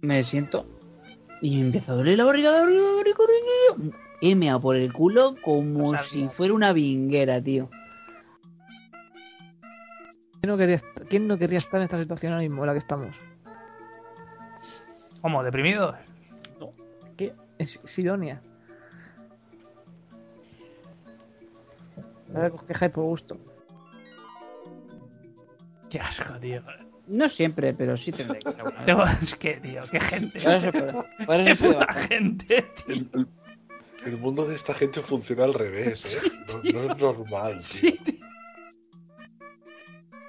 me siento y me empieza a doler la barriga, la barriga, la barriga, la barriga. He meado por el culo O como sea, si no. fuera una vinguera, tío. ¿Quién no, querría, est- quién no querría estar en esta situación ahora mismo en la que estamos? ¿Cómo? ¿Deprimidos? ¿Qué? Es Sidonia. Ahora que os quejáis pues, por gusto. Qué asco, tío. No siempre, pero sí tendré que ser alguna vez. Tengo- Es que, tío, qué gente. Por eso, por- por Qué eso soy de puta Barcelona. gente, tío. El, el- el mundo de esta gente funciona al revés, ¿eh? No, no es normal, tío. Sí, tío.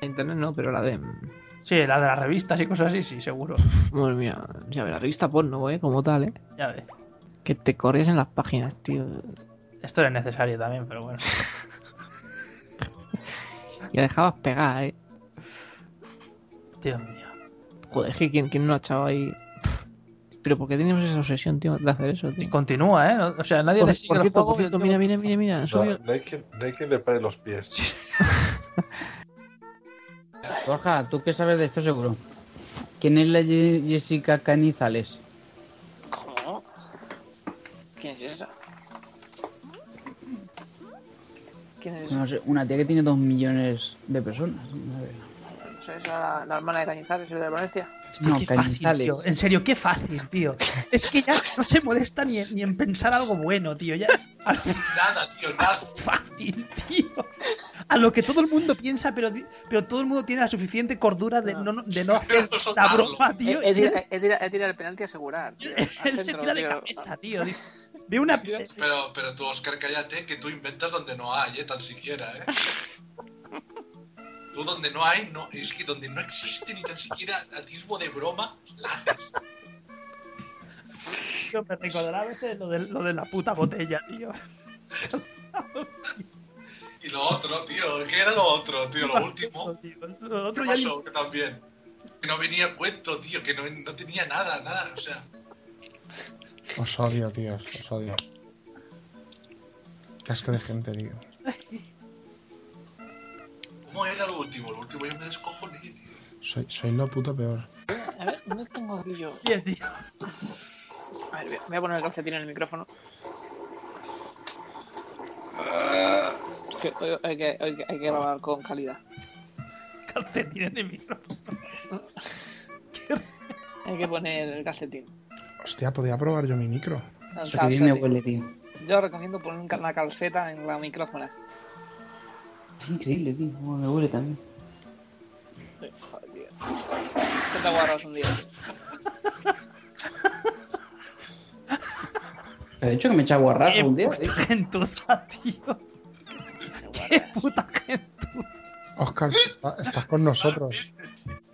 Internet no, pero la de. Sí, la de las revistas y cosas así, sí, seguro. Madre mía. Ya, la revista porno, ¿eh? Como tal, ¿eh? Ya ves. Que te corrías en las páginas, tío. Esto era necesario también, pero bueno. Y la dejabas pegar, ¿eh? Dios mío. Joder, es que ¿quién, quién no ha echado ahí? Pero ¿por qué teníamos esa obsesión, tío, de hacer eso, tío? Continúa, ¿eh? No- O sea, nadie Por, le sigue por el cierto, juego por y el cierto, tío- mira, mira, mira, mira. No, subió- no hay quien, no hay quien le pare los pies. Borja, tú qué sabes de esto seguro. ¿Quién es la Ye- Jessica Canizales? ¿Cómo? ¿Quién es esa? ¿Quién es esa? No sé, una tía que tiene dos millones de personas. A ver. ¿Esa es la, la hermana de Cañizares, el de Valencia? No, qué fácil, Cañizales. tío. En serio, qué fácil, tío. Es que ya no se molesta ni, en- ni en pensar algo bueno, tío. Ya a lo Nada, tío, nada. fácil, tío. A lo que todo el mundo piensa, pero, di- pero todo el mundo tiene la suficiente cordura de no, de no hacer la soltarlo. broma, tío. Y He él- tirado eh, el penalti a asegurar, tío. al Él se centro, tira de tío. cabeza, tío. De una. Pero, pero tú, Oscar, cállate, que tú inventas donde no hay, ¿eh? Tan siquiera, ¿eh? Tú donde no hay, no, es que donde no existe ni tan siquiera atisbo de broma, la haces. Tío, me recordará a veces lo de, lo de la puta botella, tío. Y lo otro, tío, ¿qué era lo otro, tío? Lo último. Tío, Lo ¿Qué otro ya ni- pasó? Que también. Que no venía a cuento, tío, que no, no tenía nada, nada, o sea. Os odio, tíos, os odio. Qué asco de gente, tío. ¿Cómo era lo último? Lo último yo me descojoné, tío. Soy, soy lo puto peor. A ver, ¿dónde tengo aquí yo? Bien, tío. A ver, voy a- voy a poner el calcetín en el micrófono. Que hoy- hay, que, hoy hay que grabar con calidad. Calcetín en el micrófono. Hay que poner el calcetín. Hostia, podía probar yo mi micro. El Eso que bien me calcetín. huele, tío. Yo recomiendo poner un ca- una calceta en la micrófona. Es increíble, tío. cómo me huele también. Joder, tío. Se te ha guardado un día. Te he dicho que me echa guarrazo un Qué día, tío. puta gentuza, tío. Qué puta gente. Oscar, está- estás con nosotros.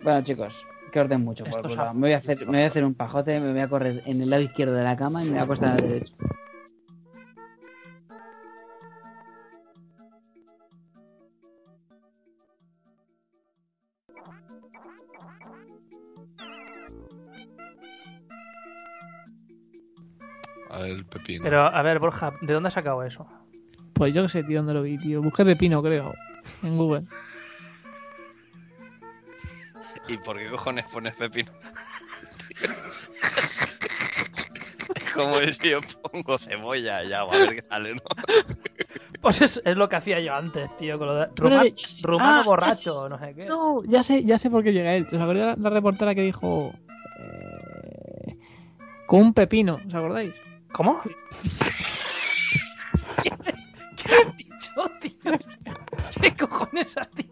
Bueno, chicos, que os den mucho por Esto el es culo. algo. Me voy, a hacer, me voy a hacer un pajote, me voy a correr en el lado izquierdo de la cama y me voy a acostar al derecho. A ver, el pepino. Pero, a ver, Borja, ¿de dónde has sacado eso? Pues yo que sé, tío, dónde lo vi, tío. Busqué pepino, creo. En Google. ¿Y por qué cojones pones pepino? Es como si yo pongo cebolla ya, a ver qué sale, ¿no? Pues es, es lo que hacía yo antes, tío, con lo de Pero Roma- de- rumano ah, borracho, no sé qué. No, ya sé, ya sé por qué llega él. ¿Os acordáis la, la reportera que dijo. eh, con un pepino, ¿os acordáis? ¿Cómo? ¿Qué has dicho, tío? ¿Qué cojones has dicho?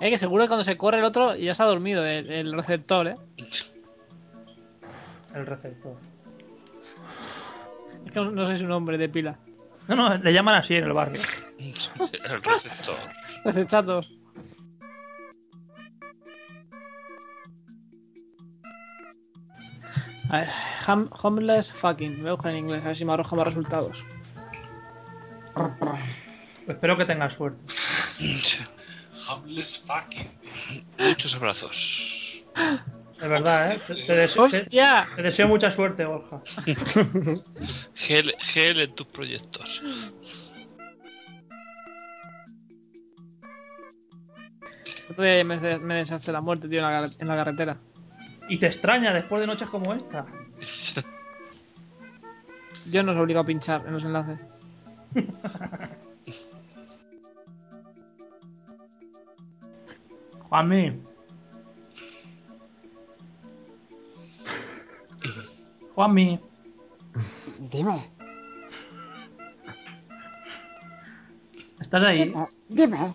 Es que seguro que cuando se corre el otro ya se ha dormido el, el receptor, ¿eh? El receptor. Es que no, no sé su nombre de pila. No, no, le llaman así en el barrio. El receptor. Receptados. A ver, hom- homeless fucking. Voy a buscar en inglés, a ver si me arroja más resultados. Espero que tengas suerte. Humbles fucking, tío. Muchos abrazos. De verdad, ¿eh? Te, te deseo, te- ¡Hostia! te deseo mucha suerte, Borja. Gel, gel en tus proyectos. Otro día me, des- me deseaste la muerte, tío, en la, gar- en la carretera. Y te extraña después de noches como esta. Yo no os obligo a pinchar en los enlaces. Juanmi. Juanmi. Dime, ¿Estás Eh, ahí? dime, dime.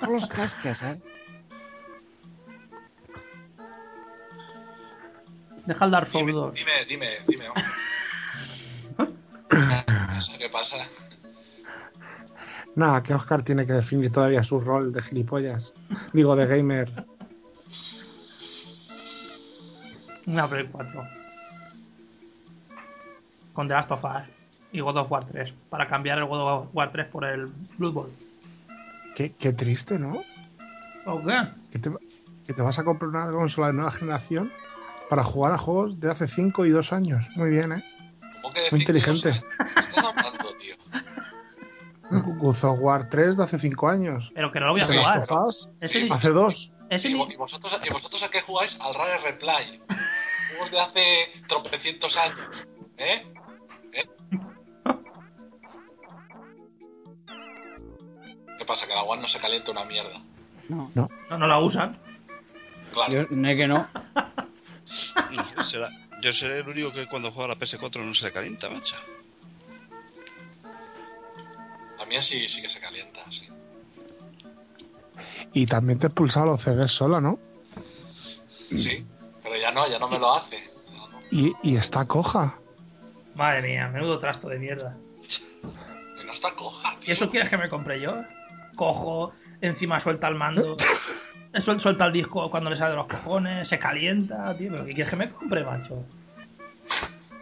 Con los cascos, ¿eh? Deja el Dark Souls Dime, 2. dime, dime, dime, hombre. ¿Qué pasa? Nada, que Oscar tiene que definir todavía su rol de gilipollas. Digo, de gamer. Una Play 4. Con The Last of Us y God of War 3. Para cambiar el God of War 3 por el Blood Bowl. Qué, qué triste, ¿no? ¿O qué? Que te, que te vas a comprar una consola de nueva generación para jugar a juegos de hace 5 y 2 años. Muy bien, ¿eh? ¿Cómo que Muy decir que inteligente. no sé? Estás hablando, tío. God of War 3 de hace 5 años. Pero que no lo voy a The jugar. Last of Us Ese Sí. ni, hace 2. ese y, ni- vo- y vosotros, ¿Y vosotros a qué jugáis? Al Rare Replay. Juegos de hace tropecientos años. ¿Eh? ¿Eh? ¿Qué pasa? Que la One no se calienta una mierda. No, no, no la usan. Claro. yo, no es que no. Yo será- yo seré el único que cuando juega la PS4 no se le calienta, macho. La mía sí, sí que se calienta, sí. Y también te expulsaba los CDs sola, ¿no? Sí. Pero ya no, ya no me lo hace. Ya no. Y, y está coja. Madre mía, menudo trasto de mierda. Que no está coja, ¿Y tío. eso quieres que me compre yo? Cojo, encima suelta el mando. suel- Suelta el disco cuando le sale de los cojones, se calienta, tío. ¿Pero qué quieres que me compre, macho?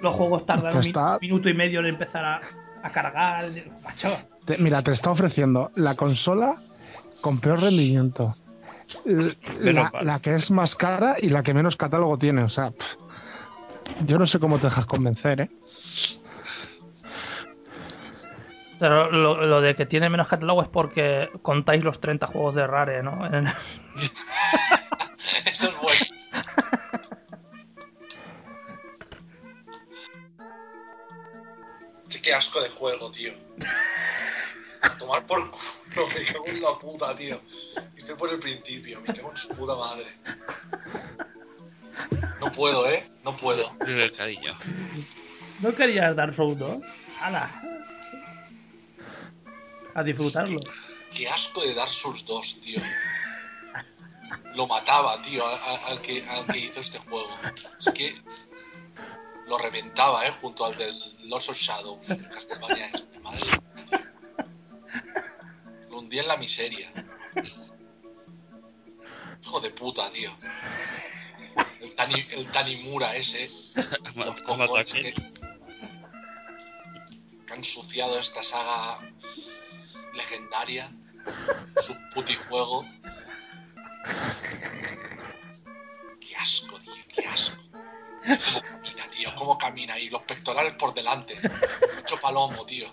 Los juegos tardan Te un está- mi- minuto y medio en empezar a, a cargar, macho. Te- mira, te está ofreciendo la consola con peor rendimiento. l- La, Menos mal. la que es más cara y la que menos catálogo tiene. O sea, pff, yo no sé cómo te dejas convencer, ¿eh? Pero lo, lo de que tiene menos catálogo es porque contáis los 30 juegos de Rare, ¿no? En- Eso es bueno. Sí, qué asco de juego, tío. A tomar por culo, me cago en la puta, tío. Estoy por el principio, me cago en su puta madre. No puedo, eh, no puedo. Dile el cariño. ¿No querías dar Souls 2? ¡Hala! A disfrutarlo. Qué asco de Dark Souls 2, tío. Lo mataba, tío, a- a- al, que, al que hizo este juego. Es que lo reventaba, eh, junto al del Lords of Shadows, el Castlevania este. Madre mía, tío. Lo hundía en la miseria. Hijo de puta, tío. El, Tani, el Tanimura ese. Ha Los mat- ha matado a cojones que, aquel. que han ensuciado esta saga legendaria, su putijuego. Qué asco, tío, qué asco. Cómo camina, tío, cómo camina. Y los pectorales por delante. Mucho palomo, tío.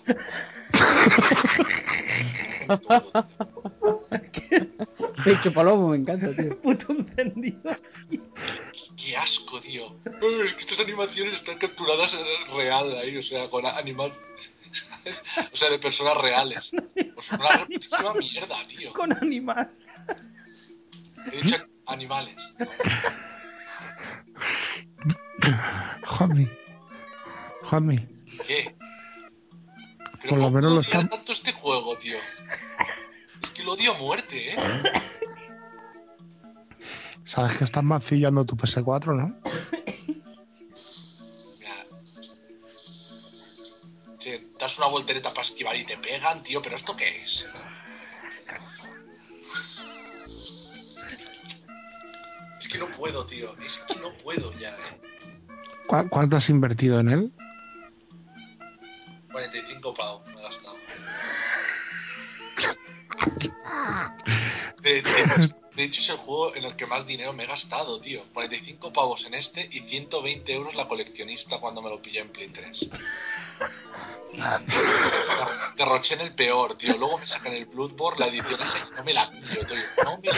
Pecho palomo, me encanta, tío. Puto encendido. Qué asco, tío. Eh, Es que estas animaciones están capturadas eh, real ahí, o sea, con animal. o sea, de personas reales. Pues una repetitiva mierda, tío. Con animal. He dicho animales. Juanmi. Juanmi. ¿Qué? Pero Por lo ¿cómo menos lo puedo odiar están- tanto este juego, tío. Es que lo odio a muerte, ¿eh? Sabes que estás mancillando tu PS4, ¿no? Mira. Che, das una voltereta para esquivar y te pegan, tío, pero ¿esto qué es? Es que no puedo, tío. Es que no puedo ya, ¿eh? ¿Cuá- ¿Cuánto has invertido en él? 45 pavos me he gastado. De, de- de hecho, es el juego en el que más dinero me he gastado, tío. 45 pavos en este y 120 euros la coleccionista cuando me lo pillé en Play 3. derroché en el peor, tío. Luego me sacan el Bloodborne, la edición esa y no me la pillo, tío. No me lo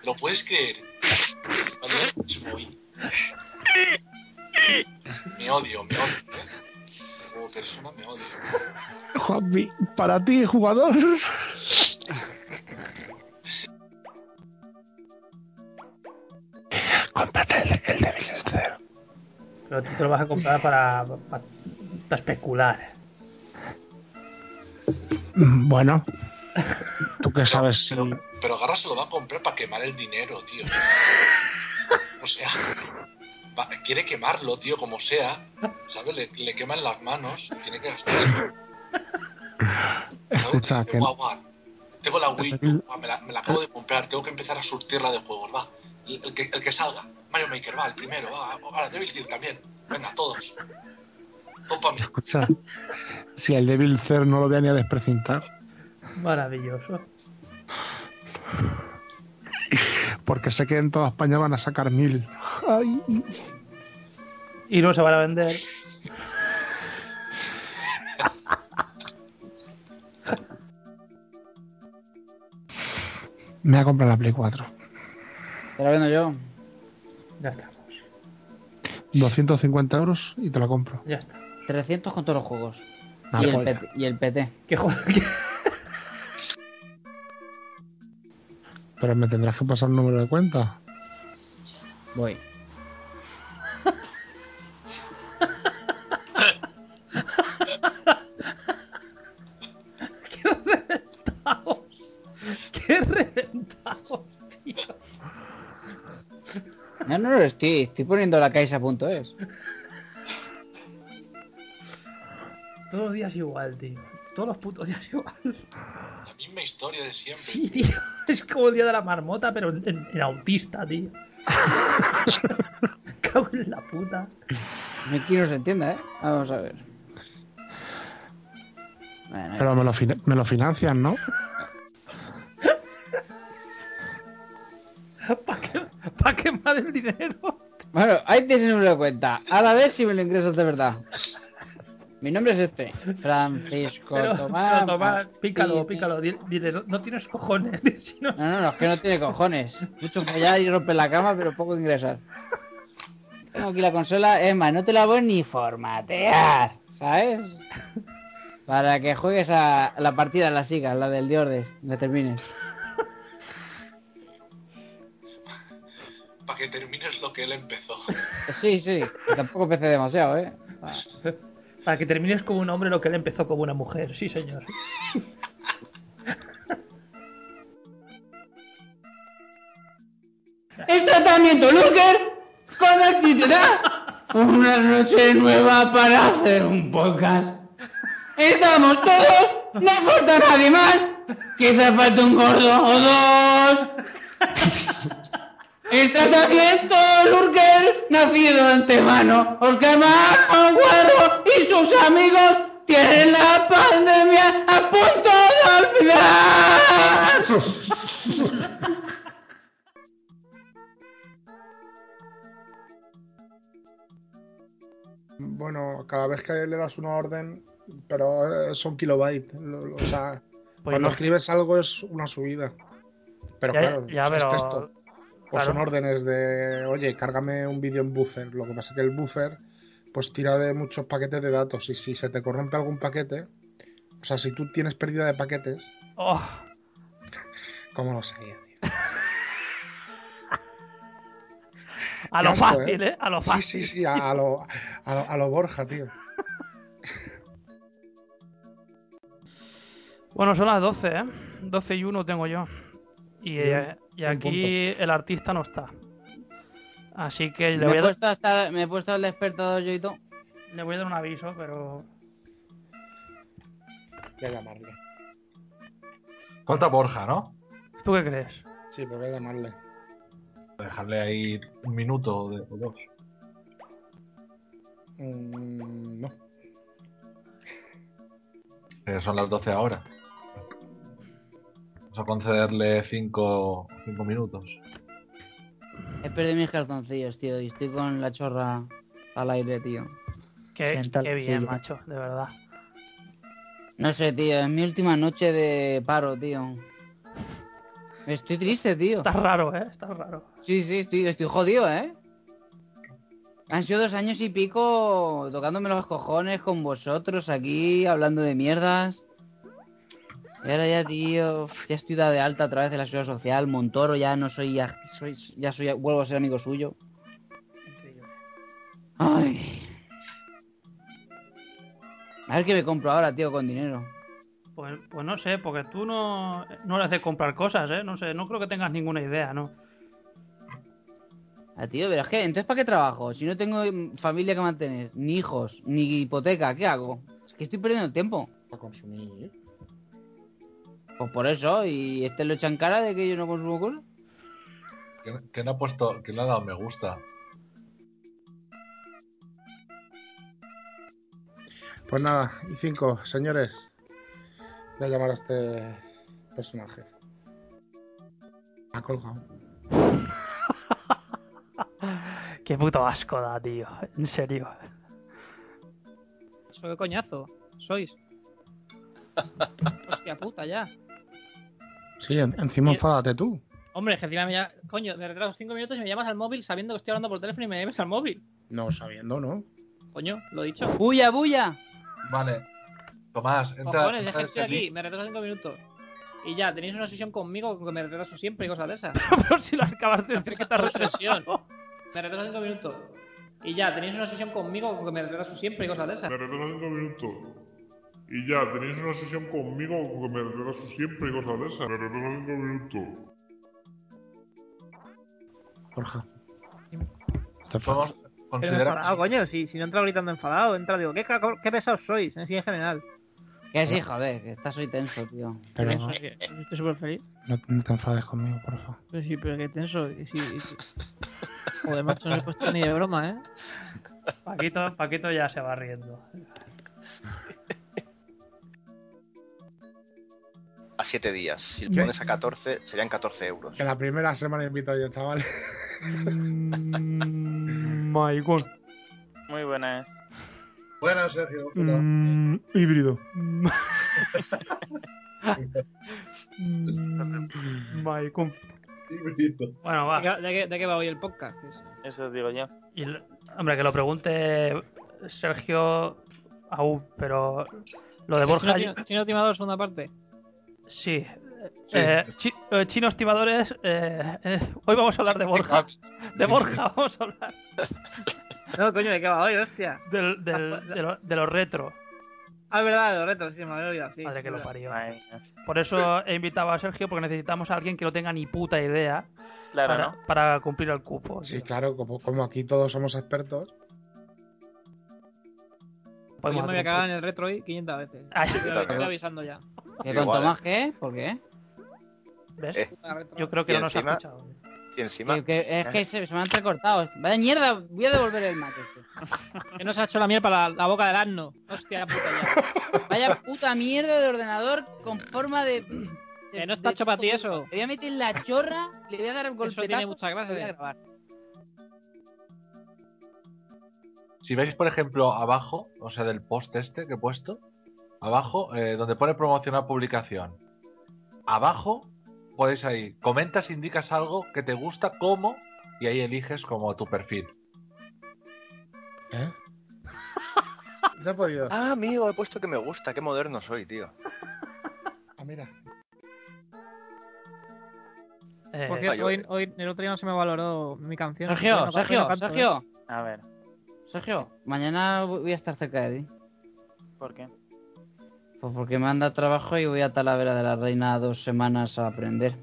¿Te lo puedes creer? Cuando era muchísimo y- Me odio, me odio. ¿eh? Como persona me odio. Juanmi, para ti, jugador. Cómprate el, el Devil Slayer. Pero tú te lo vas a comprar para, para, para especular. Mm, Bueno, tú qué sabes si. Pero Garra se lo va a comprar para quemar el dinero, tío. O sea, va- quiere quemarlo, tío, como sea. ¿Sabes? Le, le queman las manos y tiene que gastarse. Escucha, ¿Sabes? que Guau, guau. Tengo la Wii, U, guau, me la, me la acabo de comprar, tengo que empezar a surtirla de juegos, va. El, el que, el que salga. Mario Maker, va, el primero, va. Ahora Devil Tear también. Venga, todos. Todo para mí. escucha. Si el Devil Cer no lo voy a ni a desprecintar, Maravilloso. porque sé que en toda España van a sacar mil. Ay, Y no se van a vender. me voy a comprar la Play 4. Te la vendo yo. Ya estamos. 250 euros y te la compro. Ya está. 300 con todos los juegos. Una Y el, polla. PT, y el PT. ¿Qué juego? Pero me tendrás que pasar un número de cuenta. Voy. ¡Qué reventados! ¡Qué reventados! tío! No, no, no, estoy, estoy poniendo la caixa.es. Todos los días igual, tío. Todos los putos días igual. La misma historia de siempre. Sí, tío. Es como el día de la marmota, pero en, en- en autista, tío. Me Cago en la puta. No es que no se entienda, ¿eh? Vamos a ver. Bueno, Pero me lo, fina- me lo financian, ¿no? ¿Para qué- para quemar el dinero? bueno, ahí tienes el número de cuenta. A la vez si me lo ingresas de verdad. Mi nombre es este. Francisco Pero, Tomás. pero Tomás, pícalo, Martínez. pícalo. Dile, dile, no, no tienes cojones. Si no, No, no, no, es que no tiene cojones. Mucho follar y romper la cama, pero poco ingresar. Tengo aquí la consola, es más, no te la voy ni formatear, ¿sabes? Para que juegues a a la partida, la sigas, la del Diorde, la termines. Para que termines lo que él empezó. Sí, sí, tampoco empecé demasiado, ¿eh? Para que termines como un hombre lo que él empezó como una mujer. Sí, señor. El tratamiento Looker conectará una noche nueva para hacer un podcast. Estamos todos, no falta nadie más. Quizás falta un gordo o dos. El tratamiento Lurker, nacido de antemano, porque Guado y sus amigos tienen la pandemia a punto de olvidar. Bueno, cada vez que le das una orden, pero eh, son kilobytes. lo- lo- O sea, Pues cuando escribes algo es una subida. Pero Ya- claro, ya, es pero- texto. O claro. son órdenes de, oye, cárgame un vídeo en buffer. Lo que pasa es que el buffer, pues tira de muchos paquetes de datos. Y si se te corrompe algún paquete, o sea, si tú tienes pérdida de paquetes, Oh, ¿cómo lo sabía? tío? a lo asco, fácil, ¿eh? A lo Sí, fácil. sí, sí, a, a lo, a, lo- a lo Borja, tío. Bueno, son las 12, ¿eh? 12 y 1 tengo yo. Y, eh, y buen aquí el artista no está. Así que le Me voy, he, a dar, puesto hasta, me he puesto el despertador yo y todo. le voy a dar un aviso, pero. Voy a llamarle. Falta Borja, ¿no? ¿Tú qué crees? Sí, pero voy a llamarle. Dejarle ahí un minuto o de- o dos. Mm, no. Eh, son las 12 ahora. Vamos a concederle 5 minutos. He perdido mis calzoncillos, tío, y estoy con la chorra al aire, tío. Qué, Sienta- qué bien, sí. macho, de verdad. No sé, tío, es mi última noche de paro, tío. Estoy triste, tío. Estás raro, ¿eh? Estás raro. Sí, sí, estoy, estoy jodido, ¿eh? Han sido dos años y pico tocándome los cojones con vosotros aquí, hablando de mierdas. Y ahora ya, tío, uf, ya estoy dado de alta a través de la seguridad social. Montoro ya no soy, ya soy, ya soy, vuelvo a ser amigo suyo. Ay. A ver qué me compro ahora, tío, con dinero. Pues, pues no sé, porque tú no, no eres de comprar cosas, ¿eh? No sé, no creo que tengas ninguna idea, ¿no? Ah, tío, pero es que, entonces, ¿para qué trabajo? Si no tengo mm, familia que mantener, ni hijos, ni hipoteca, ¿qué hago? Es que estoy perdiendo el tiempo. Para consumir. Pues por eso, y este lo echa en cara de que yo no consumo cosas. ¿Quién, quién ha puesto, quién le ha dado me gusta? Pues nada, y cinco, señores. Voy a llamar a este personaje. Ha colgado. Qué puto asco da, tío. En serio. Soy qué coñazo. Sois. Hostia puta, ya. Sí, en- encima Bien. enfádate tú. Hombre, que encima me llama- Coño, me retraso cinco minutos y me llamas al móvil sabiendo que estoy hablando por teléfono y me llamas al móvil. No, sabiendo, ¿no? Coño, lo he dicho. ¡Bulla, bulla! Vale. Tomás, entra. Cojones, entra deja en que estoy ese aquí, link. me retraso cinco minutos. Y ya, tenéis una sesión conmigo que me retraso siempre y cosas de esas. Pero si lo acabas de decir que te has Otra sesión. Me retraso cinco minutos. Y ya, tenéis una sesión conmigo que me retraso siempre y cosas de esas. Me retraso cinco minutos. Y ya, tenéis una sesión conmigo que me retraso siempre y cosas de esas. Me retraso cinco minutos. Borja. Somos- Pero considera- enfadado, coño, si, si no entra gritando enfadado, entra, digo, qué, caco- qué pesados sois, así en general. Que sí, joder, que estás hoy tenso, tío. Pero- Tenso, que- pues Estoy súper feliz. No, no te enfades conmigo, por favor. Pero Pues sí, pero qué tenso. que Sí, sí. Joder, macho, no le he puesto ni de broma, ¿eh? Paquito, Paquito ya se va riendo. A 7 días. Si lo pones a 14, serían 14 euros. Que la primera semana invito yo, chaval. My God. Muy buenas. Buenas, Sergio. Mm, híbrido. Bueno, va. ¿De qué, de qué va hoy el podcast? Eso digo yo. Y el- hombre, que lo pregunte Sergio aún, pero lo de Borja. Chino, Chino Timador, segunda parte. Sí. Sí. Eh, chi- eh, chinos timadores, eh, eh, hoy vamos a hablar de Borja. De Borja vamos a hablar. No, coño, ¿de qué va hoy, hostia? Del, del- de, lo, de lo retro. Ah, es verdad, de los retos, sí, me había olvidado. Sí, Madre que lo verdad. parió. Por eso he invitado a Sergio, porque necesitamos a alguien que no tenga ni puta idea Claro, para, ¿no? para cumplir el cupo. Sí, claro, como, como aquí todos somos expertos. Pues yo me voy a hacer un cagar en el retro hoy 500 veces. Ah, Te yo lo- te también. estoy avisando ya. ¿Qué Igual, tonto eh. más que es? ¿Por qué? Ah, ¿Ves? Eh, Yo creo que y no nos ha encima- escuchado. Y encima. Que- que- es que se, se me han recortado. Vaya mierda, voy a devolver el Mac. este. Que nos ha hecho la miel para la, la boca del asno. Hostia puta ya. Vaya puta mierda de ordenador con forma de. Que no está hecho para ti eso. Le voy a meter la chorra, le voy a dar el golpetazo. tiene mucha y gracia. le voy a grabar. Si veis, por ejemplo, abajo, o sea, del post este que he puesto, abajo, eh, donde pone promocionar publicación, abajo podéis ahí, comentas, indicas algo que te gusta, como, y ahí eliges como tu perfil. ¿Eh? Ya he podido. Ah, amigo, he puesto que me gusta. Qué moderno soy, tío. Ah, mira. Eh, Por cierto, hoy, hoy el otro día no se me valoró mi canción. Hoy Sergio, no ca- hoy Sergio, no canto, Sergio. ¿eh? A ver, Sergio, mañana voy a estar cerca de ti. ¿por qué? Pues porque me anda trabajo y voy a Talavera de la Reina dos semanas a aprender.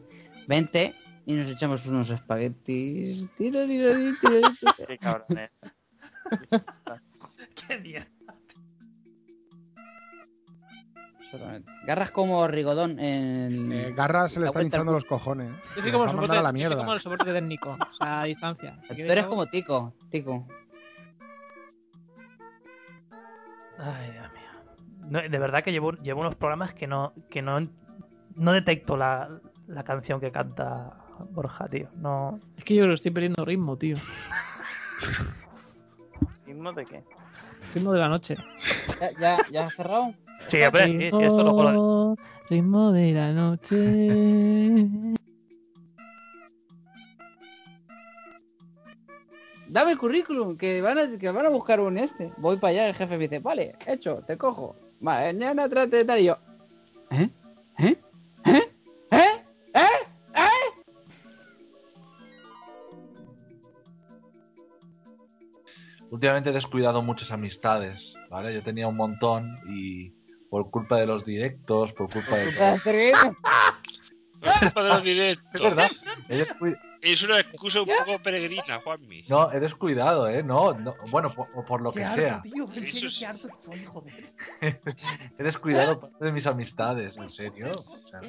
Vente y nos echamos unos espaguetis. Tiro, tiro, tiro, tiro. Qué cabrón es. Qué mierda. Exactamente. Garras como Rigodón en. Eh, Garra se le La están vuelta al hinchando los cojones. Yo Le soy como va el a mandar soporte, a la yo soy mierda. como el soporte técnico, o sea, a distancia. Si Tú queréis eres algo- como Tico, Tico. Ay, Dios mío. No, de verdad que llevo, llevo unos programas que no, que no, no detecto la, la canción que canta Borja, tío. No. Es que yo lo estoy perdiendo ritmo, tío. ¿Ritmo de qué? Ritmo de la noche. ¿Ya, ya, ya has cerrado? Sí, hombre, eh, sí, sí, esto lo mola. Ritmo- Ritmo de la noche. Dame el currículum, que van, a, que van a buscar un este. Voy para allá, el jefe me dice, vale, hecho, te cojo. eh, Mañana trate de tal y yo. ¿Eh? ¿Eh? ¿Eh? ¿Eh? ¿Eh? ¿Eh? Últimamente he descuidado muchas amistades, ¿vale? Yo tenía un montón y por culpa de los directos, por culpa de... todo- Para los directos. Es verdad. he descuid- Es una excusa un poco peregrina, Juanmi. No, he descuidado, ¿eh? No, no, bueno, po- o por lo que sea. tío, en serio, qué harto estoy, joder. He descuidado parte de mis amistades, en serio. O sea,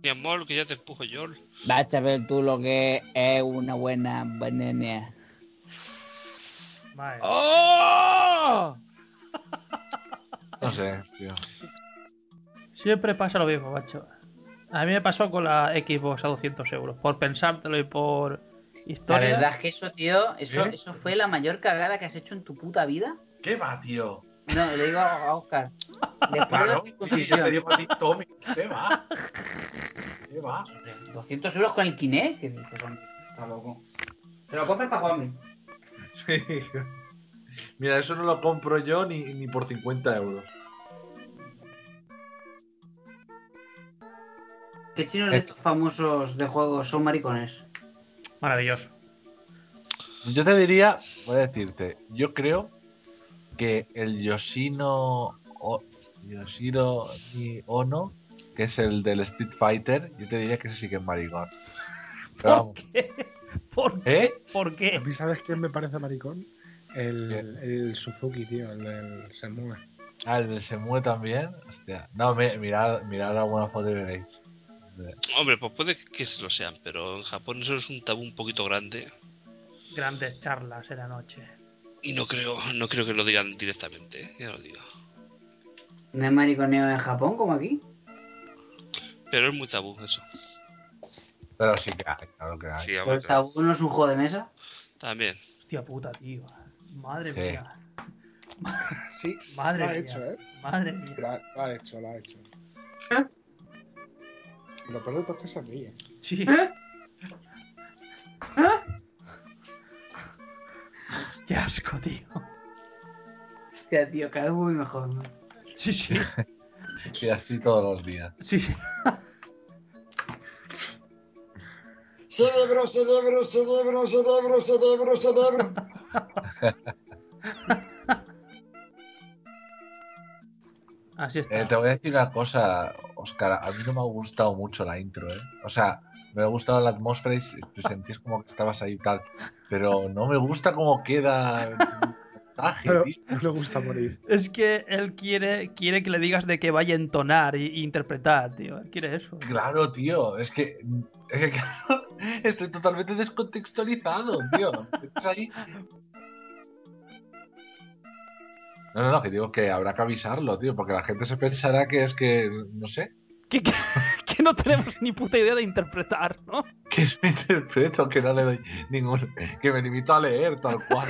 Mi amor, que ya te empujo yo. Va a saber tú lo que es una buena venenia. Vale. ¡Oh! no sé, tío. Siempre pasa lo mismo, macho. A mí me pasó con la Xbox a 200 euros. Por pensártelo y por La historia. verdad es que eso, tío, eso, ¿Eh? eso fue la mayor cagada que has hecho en tu puta vida. ¿Qué va, tío? No, le digo a, a Oscar. Después de la circuncisión. ¿Qué va? ¿Qué va? 200 euros con el Kinect. ¿Qué dices, hombre? Está loco. Se lo compras para Juanmi. Sí. Mira, eso no lo compro yo ni, ni por 50 euros. ¿Qué chinos Eh. de estos famosos de juegos son maricones? Maravilloso. Yo te diría, voy a decirte, yo creo que el Yoshino o, Yoshiro Ni Ono, que es el del Street Fighter, yo te diría que ese sí que es maricón. Pero vamos, ¿Por ¿eh? ¿Por qué? ¿A mí sabes quién me parece maricón? El, el Suzuki, tíeo, el del Senmue. Ah, el del Semue también. Hostia. No, mi- mirad, mirad alguna foto y veréis. Hombre, pues puede que se lo sean, pero en Japón eso es un tabú un poquito grande. Grandes charlas en la noche. Y no creo, no creo que lo digan directamente, ¿eh? ya lo digo. ¿No es mariconeo en Japón como aquí? Pero es muy tabú eso. Pero sí que hay, claro que hay. Sí, Pero hombre, el tabú no es un juego de mesa. También. Hostia puta, tío. Madre Sí. mía. Sí, Madre lo ha mía. hecho, ¿eh? Madre mía. La, lo ha hecho, lo ha hecho. ¿Ah? Lo peor de todo es que se ríe. Sí. ¿Eh? Qué asco, tío. Hostia, tío, cada vez muy mejor. ¿no? Sí, sí. Y así todos los días. Sí, sí. Cerebro, cerebro, cerebro, cerebro, cerebro, cerebro. Así está. Eh, te voy a decir una cosa, Oscar. A mí no me ha gustado mucho la intro, ¿eh? O sea, me ha gustado la atmósfera y s- te sentís como que estabas ahí y tal. Pero no me gusta cómo queda el montaje, tío. No le gusta morir. Es que él quiere, quiere que le digas de que vaya a entonar y, y interpretar, tío. Él quiere eso. Claro, tío. Es que. Es que, claro, estoy totalmente descontextualizado, tío. Estás ahí. No, no, no, que digo que habrá que avisarlo, tío, porque la gente se pensará que es que, no sé, Que no tenemos ni puta idea de interpretar, ¿no? que no interpreto, que no le doy ningún. que me limito a leer, tal cual.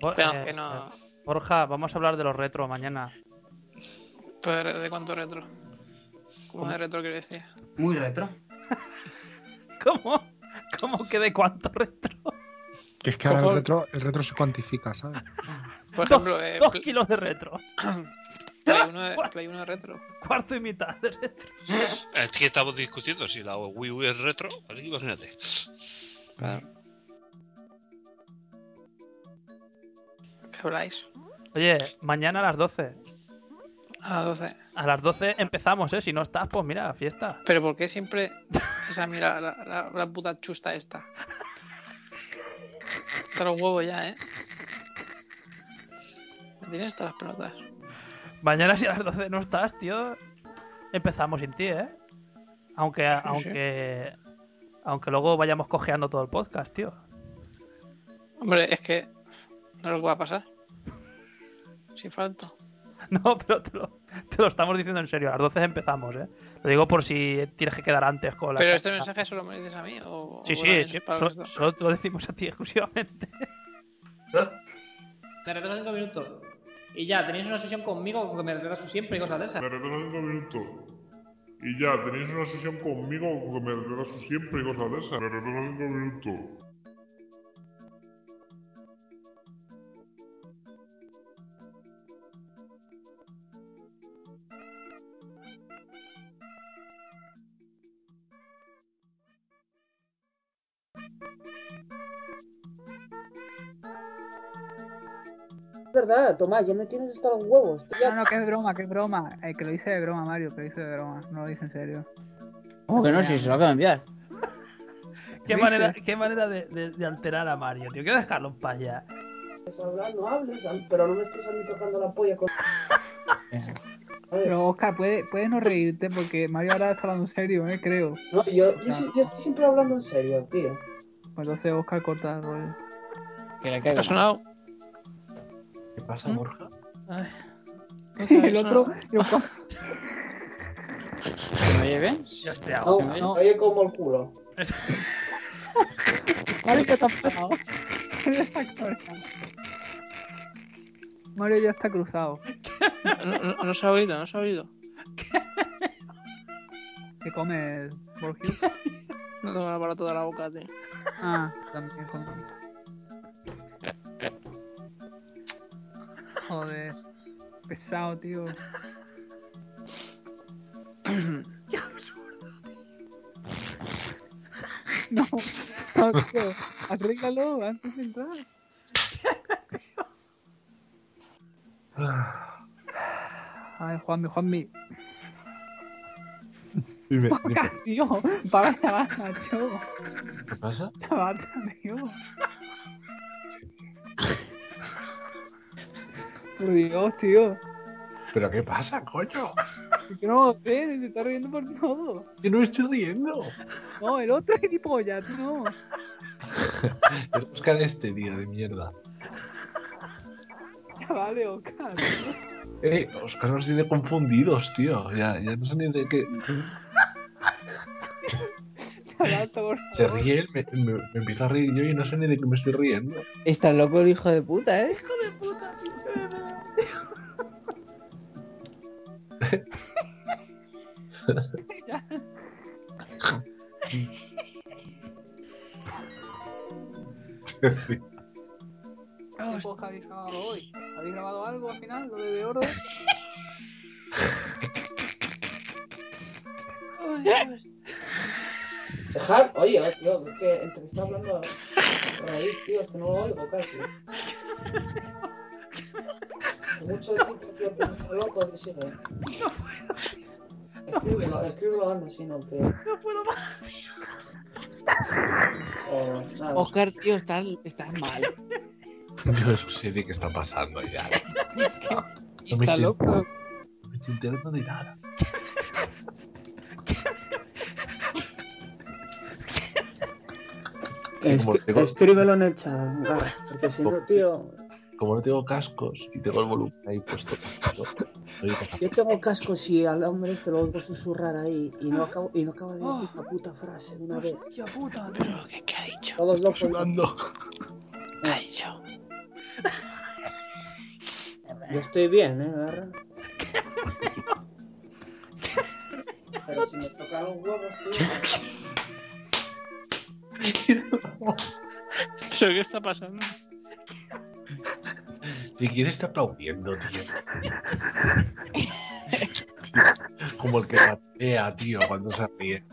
Bo- Pero eh, que no- Borja, vamos a hablar de los retro mañana. Pero ¿de cuánto retro? ¿Cómo de retro quiero decir? Muy retro. ¿Cómo? ¿Cómo que de cuánto retro? Que es que ahora el Ojo. retro, el retro se cuantifica, ¿sabes? Por Dos- ejemplo, eh, dos pl- kilos de retro. Play 1 de, Play 1 de retro. Cuarto y mitad de retro. Es que estamos discutiendo si la Wii U es retro, así que imagínate. ¿Qué habláis? Oye, mañana a las 12. A las 12. A las 12 empezamos, ¿eh? Si no estás, pues mira, fiesta. Pero ¿por qué siempre esa mira la, la- la puta chusta esta? Te los huevos ya, ¿eh? Me tienes hasta las pelotas. Mañana si a las 12 no estás, tío, empezamos sin ti, ¿eh? Aunque, sí. aunque, aunque luego vayamos cojeando todo el podcast, tío. Hombre, es que no los voy a pasar. Si falto. No, pero te lo, te lo estamos diciendo en serio. A las 12 empezamos, ¿eh? Lo digo por si tienes que quedar antes con la. Pero chica. este mensaje solo me lo dices a mí o. Ah, Sí, o sí, también sí, es ¿eh? para solo, los dos? solo te lo decimos a ti exclusivamente. Me retraso 5 minutos. Y ya, tenéis una sesión conmigo que me retraso siempre y cosas de esas. Me retraso 5 minutos. Y ya, tenéis una sesión conmigo que me retraso siempre y cosas de esas. Me retraso 5 minutos. Es verdad, Tomás, ya me tienes hasta los huevos. Estoy No, no, que es broma, que es broma. Eh, que lo dice de broma, Mario, que lo dice de broma. No lo dice en serio. ¿Cómo que no? Si se lo acaba de enviar. qué ¿Viste? manera, qué manera de, de- de alterar a Mario, tío. Quiero dejarlo en paz a ya. hablar, no hables, al- pero no me estés a mí tocando la polla con... Pero Oscar, puedes puedes no reírte porque Mario ahora está hablando en serio, eh, creo. No, yo, yo, sí- yo estoy siempre hablando en serio, tío. Pues entonces Oscar corta pues. el rollo. Que le ¿Te ha sonado? ¿Qué pasa, Borja? el otro, yo, ¿Me oye bien? Yo estoy No, Oh. no. Oye como el culo. Mario ya está cruzado. Mario ya está cruzado. No, no, no se ha oído, no se ha oído. ¿Qué comes, Borgio? No tengo el aparato de la boca, tío. Ah, también come. Joder. Pesado, tío. No, no, tío. Arréglalo antes de entrar. Ay, Juanmi, Juanmi. Dime, Poca, tío. Para, ya va, macho. ¿Qué pasa? Ya basta, tío. Por Dios, tío. ¿Pero qué pasa, coño? Que no sé, se está riendo por todo. Yo no me estoy riendo. No, el otro es gilipollas, tú no. Es Oscar este, tío, de mierda. Ya vale, Oscar. Eh, Oscar nos tiene confundidos, tío. Ya, ya no sé ni de qué. Ya basta, por Se ríe, él, me, me, me empiezo a reír yo y no sé ni de qué me estoy riendo. Está loco el hijo de puta, ¿eh? ¿Qué podcast habéis grabado hoy? ¿Habéis grabado algo al final? ¿Lo de de oro? Dejad, oye, eh, tío, es que entre que está hablando raíz, tío, es que no lo oigo casi. Hace Mucho tiempo, tío, que no está loco, tío, sigue. Escríbelo, escríbelo, anda, si no, que... No puedo más, tío. Oscar, tío, estás, estás mal. Yo no sé ni qué está pasando ya. No me Está siento- loco. no me estoy enterando de nada. Es- Como tengo- escríbelo en el chat, Garra, porque si no, tío, Como no tengo cascos y tengo el volumen ahí puesto. no- no oigo nada. yo tengo casco si al hombre este lo oigo susurrar ahí y no acabo, y no acabo de decir la puta frase de una vez. Hostia puta, Pero, ¿qué, ha dicho? Todos locos. ¿Qué ha dicho? Yo estoy bien, ¿eh, Garra? Pero si me tocan los huevos, tío... ¿Pero qué está pasando? ¿Y quién está aplaudiendo, tío? Como el que patea, tío, cuando se ríe.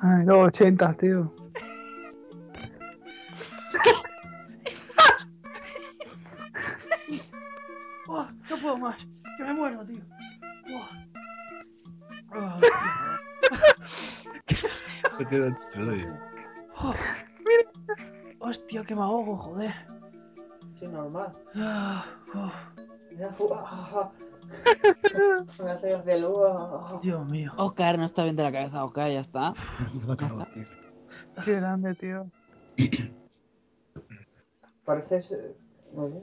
Ay, los 80, tío. Oh, no puedo más. Que me muero, tío. Oh. Oh, Se queda dentro de- oh. Mira. Hostia, que me ahogo, joder. Sí, normal. Ah, oh. Me hace- Me hace de luego. Dios mío. Oscar no está bien de la cabeza, Oscar, ya está. Qué grande, tío. Pareces. eh, No sé.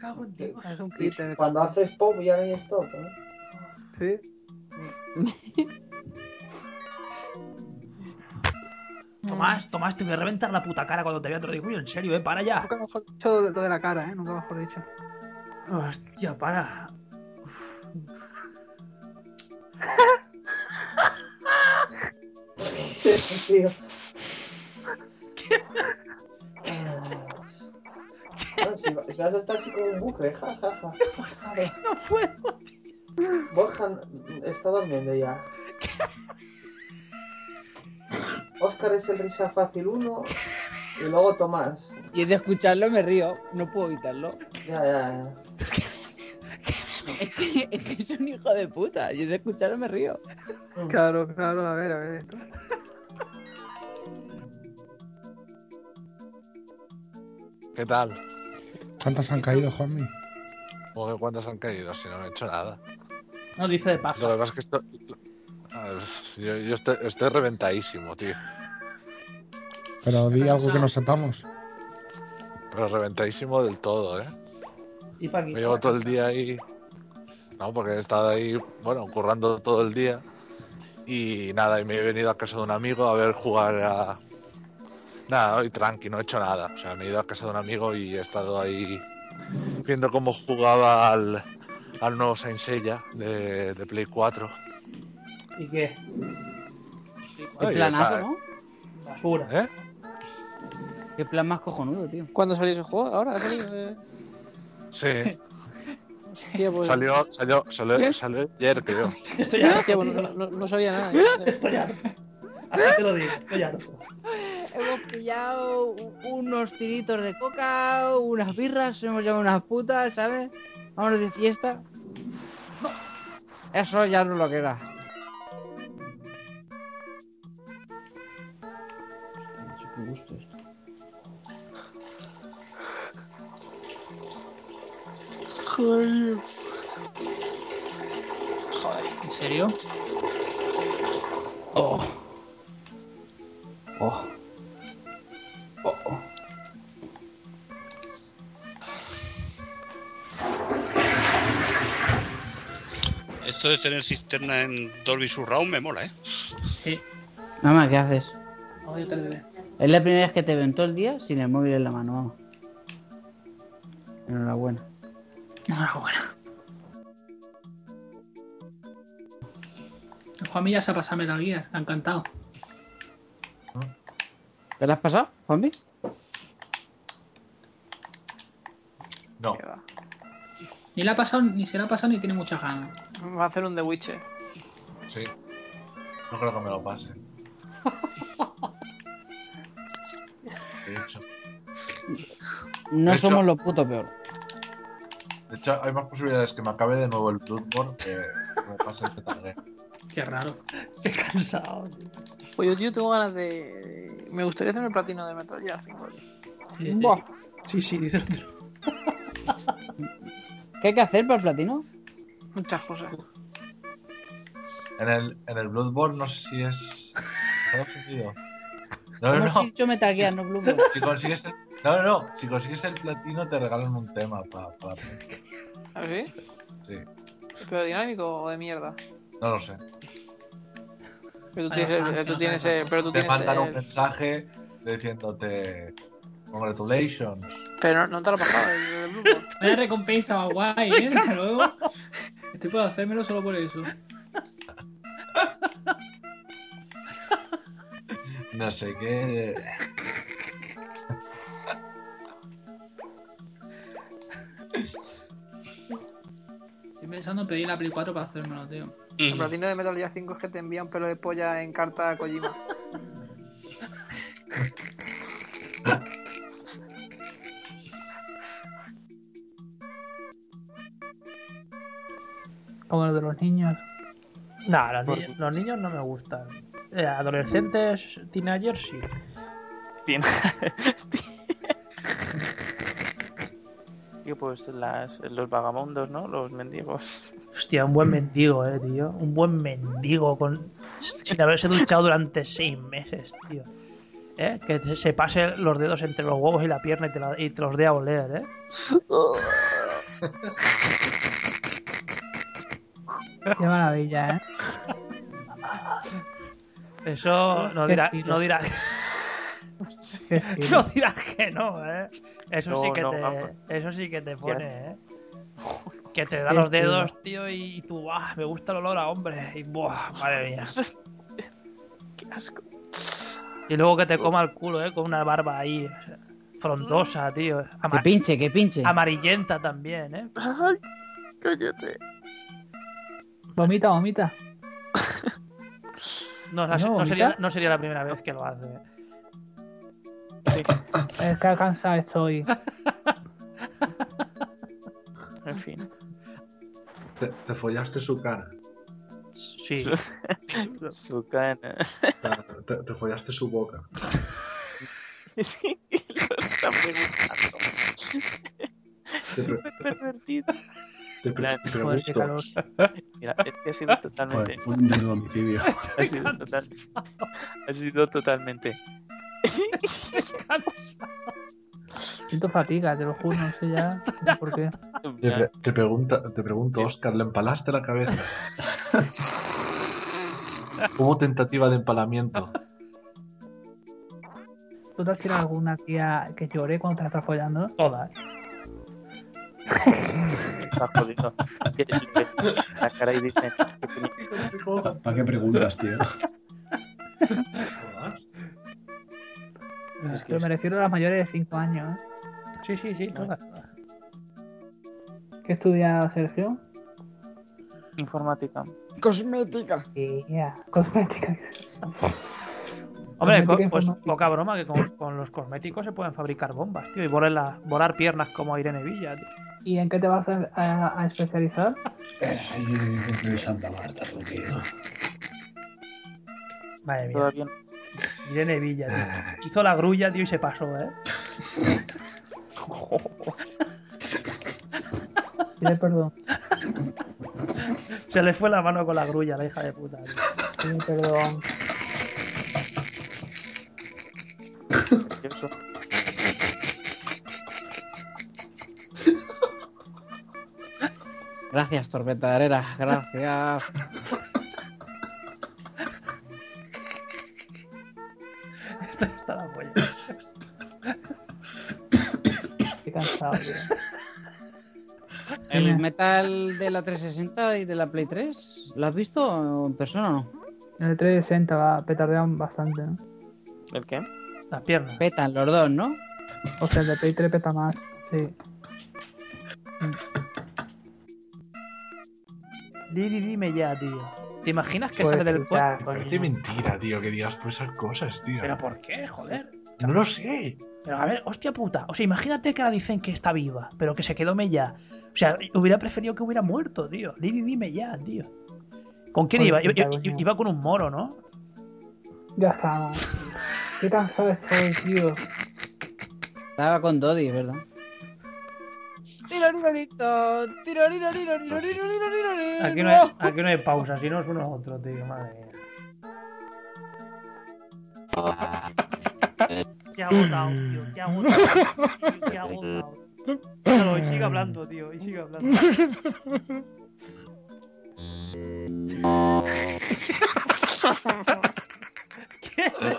Cago en Dios. Es un critter. Cuando haces pop ya no hay stop, ¿no? Sí. Tomás, Tomás, te voy a reventar la puta cara cuando te vea, te lo digo yo, en serio, eh, para ya. Nunca mejor dicho lo de- lo de la cara, ¿eh? Nunca mejor dicho. Hostia, para. Si va- si vas a estar así como un bucle, ja, ja, ja. No puedo. Borja mm, está durmiendo ya. Oscar es el risa fácil 1 y luego Tomás. Y de escucharlo me río, no puedo evitarlo. Ya, ya, Es que, es que es un hijo de puta. Yo de escucharlo me río. Claro, claro, a ver, a ver. ¿Qué tal? ¿Cuántas han caído, Juanmi? Joder, ¿Cuántas han caído? Si no, no he hecho nada. No dice de paja. Lo que pasa es que esto... A ver, Yo, yo estoy, estoy reventadísimo, tío. Pero di algo que no sepamos. Pero reventadísimo del todo, ¿eh? Y pa' aquí. Me llevo todo el día ahí. No, porque he estado ahí, bueno, currando todo el día. Y nada, y me he venido a casa de un amigo a ver jugar a. Nada, hoy tranqui, no he hecho nada. O sea, me he ido a casa de un amigo y he estado ahí viendo cómo jugaba al, al nuevo Saint Seiya de, de Play 4. ¿Y qué? Qué planazo, está, ¿no? Basura. ¿Eh? Qué plan más cojonudo, tío. ¿Cuándo salió ese juego? ¿Ahora? ¿Ha salido? Eh, Sí, Hostia, pues... salió, salió, salió, ¿Qué? salió ayer, creo. Estoy ya. Hostia, pues no, no- no sabía nada. Estoy ya. Así te lo digo, estoy ya. Hemos pillado u- unos tiritos de coca, unas birras, hemos llevado unas putas, ¿sabes? Vámonos de fiesta. Eso ya no lo queda. Joder. Joder, ¿en serio? Oh. Oh. Oh, oh. Esto de tener cisterna en Dolby Surround me mola, ¿eh? Sí. Mamá, ¿qué haces? Oh, yo te lo diré. Es la primera vez que te ven todo el día sin el móvil en la mano. vamos. Enhorabuena. Enhorabuena. Juanmi ya se ha pasado Metal Gear, ha encantado. ¿Te la has pasado, Juanmi? No. Ni la ha pasado, ni se la ha pasado, ni tiene muchas ganas. Va a hacer un The Witcher. Sí. No creo que me lo pase. De hecho, No De hecho- somos los putos peor. de hecho, hay más posibilidades que me acabe de nuevo el Bloodborne que que me pase el Metal Gear. Qué raro. Qué cansado, tío. Pues yo, tío, tengo ganas de. Me gustaría hacer el platino de Metal Gear 5. Sí, sí. Buah. Sí, sí, dice el otro. ¿Qué hay que hacer para el platino? Muchas cosas. En el, en el Bloodborne no sé si es. Estados Unidos. No, no, Hemos no. dicho Metal Gear, no Bloomberg. Si consigues el... No, no, no. Si consigues el platino, te regalan un tema para. ¿A ver? Sí. ¿Ah, ¿Pero dinámico o de mierda? No lo sé. Pero tú tienes el. Tú tienes el pero tú te tienes mandan un el. mensaje diciéndote. Congratulations. Pero no, no te lo has pasado. el- el Bloodborne. Vaya recompensa más guay, ¿eh? Desde luego. Estoy por hacérmelo solo por eso. No sé qué. Estoy pensando en pedir la Play 4 para hacérmelo, tío. El platino de Metal Gear 5 es que te envía un pelo de polla en carta a Kojima. Como los de los niños. No, los, ni- los niños no me gustan. Eh, adolescentes, teenagers, sí. Tío, pues las, los vagamundos, ¿no? Los mendigos. Hostia, un buen mendigo, eh, tío. Un buen mendigo con sin haberse duchado durante seis meses, tío. ¿Eh? Que te- se pase los dedos entre los huevos y la pierna y te, la- y te los dé a oler, ¿eh? Qué maravilla, ¿eh? Eso no Qué dirá, estilo. no dirá, Qué no estilo. dirás que no, ¿eh? Eso No, sí que no, te, vamos. eso sí que te pone, ¿eh? Que te da Qué los dedos, tío, y tú, ah, me gusta el olor a hombre, y buah, madre mía. Qué asco. Y luego que te coma el culo, ¿eh? Con una barba ahí, o sea, frondosa, tío. Que Ama- pinche, que pinche. amarillenta también, ¿eh? Ay, cállate. Vomita, vomita. No, o sea, ¿No no, vomita? sería, no sería la primera vez que lo hace. ¿eh? Es que cansado estoy. En fin. Te, te follaste su cara. Sí. Su, su cana. Te, te follaste su boca. Es que lo está preguntando. Súper pervertido. Te pre- Plan, te pregunto. qué calor. Mira, es que ha sido totalmente. un del homicidio. Ha sido, total- ha sido totalmente. Siento fatiga, te lo juro, no sé ya no sé por qué. Te, pre- te pregunta, te pregunto, Oscar, ¿le empalaste la cabeza? Hubo tentativa de empalamiento. ¿Tú te has tirado alguna tía que llore cuando te la estás follando? Todas. Está jodido. Que- que- La cara y dice. ¿Para qué preguntas, tío? Es que Pero me refiero a las mayores de 5 años. ¿eh? Sí, sí, sí, todas. ¿Qué estudia Sergio? Informática. Cosmética. Cosmética. Hombre, Cosmética co- pues informática. poca broma que con, con los cosméticos se pueden fabricar bombas, tío, y volar, la- volar piernas como Irene Villa, tío. ¿Y en qué te vas a, a- a especializar? Ay, de Santa Marta, tranquilo. Madre mía. Todavía no. Irene Villa, tío. Hizo la grulla, tío, y se pasó, ¿eh? Pide perdón. Se le fue la mano con la grulla, la hija de puta. tío. Pide perdón. Eso. Gracias, Tormenta de Arena, gracias. Esto está la polla. Qué cansado, tío. ¿El metal de la 360 y de la Play 3? ¿Lo has visto en persona o no? En el 360 va, petardean bastante. ¿no? ¿El qué? Las piernas. Petan los dos, ¿no? O sea, el de Play 3 peta más. Sí. Didi, dime ya, tío. ¿Te imaginas que Pues, sale del ya, cuerpo? Parece mentira, tío, que digas tú esas cosas, tío. ¿Pero por qué, joder? No lo sé. Pero a ver, hostia puta. O sea, imagínate que ahora dicen que está viva, pero que se quedó mella. O sea, hubiera preferido que hubiera muerto, tío. Lady, dime ya, tío. ¿Con quién Oye, iba? sí, Iba, claro, iba- no. iba con un moro, ¿no? Ya estamos. Qué cansado estoy, tío. Estaba con Dodi, ¿verdad? Tirorirorito, tirorirorirorirorirorirorirorirori. Aquí no hay, aquí no hay pausa, si no es uno a otro, tío. Madre mía. Qué agotado, tío. Qué agotado. tío, Qué agotado. Claro, y sigue hablando, tío. Y sigue hablando.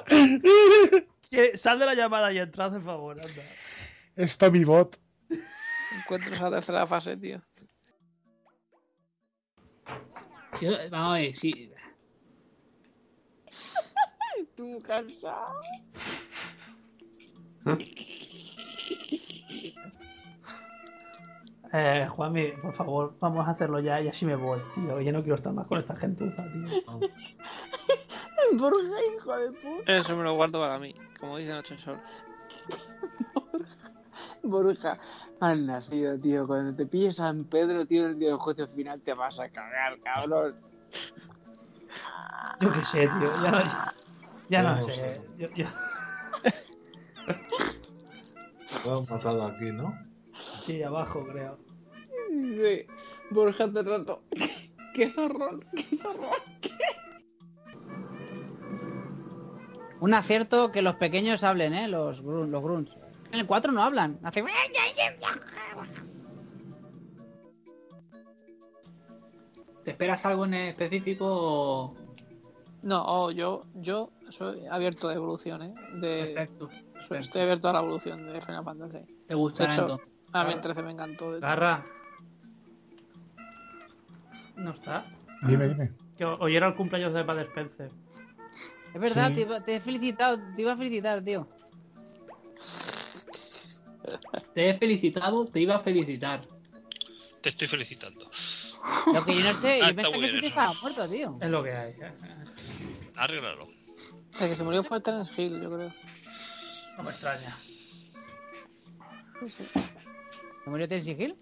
¿Qué? ¿Qué? Sal de la llamada y entra, hace favor, anda. Está mi bot. Encuentro esa tercera fase, tío. Tío, vamos a ver, sí. Tú cansado. Eh, Juanmi, por favor, vamos a hacerlo ya y así me voy, tío. Ya no quiero estar más con esta gentuza, tío. Borja, hijo de puta. Eso me lo guardo para mí, como dice Nacho en Sol. Borja, has nacido, tío. Cuando te pille San Pedro, tío, el día del juicio final te vas a cagar, cabrón. Yo qué sé, tío. Ya no, ya, no Todos- sé. Yo- yo- Lo han matado aquí, ¿no? Sí, abajo, creo. Dice, Borja hace rato. Qué zorrón, qué zorrón. Un acierto que los pequeños hablen, ¿eh? Los, grun- los grunts. En el 4 no hablan. Hace... ¿Te esperas algo en específico o...? No, oh, yo, yo soy abierto de evolución, ¿eh? De, Perfecto. soy- Estoy abierto a la evolución de Final Fantasy. ¿Te gustará De hecho, entonces? A mí Garra. el 13 me encantó. de hecho. Garra. No está. Dime, dime. Que o- hoy era el cumpleaños de Bad Spencer. Es verdad, Sí. te, iba- te he felicitado, te iba a felicitar, tío. Te he felicitado, te iba a felicitar. Te estoy felicitando. Lo que yo no sé, Ah, yo está muy pensé que bien sí que eso. estaba muerto, tío. Es lo que hay. eh, Arréglalo. El que se murió fue Terence Hill, yo creo. No me extraña. ¿Se murió Terence Hill?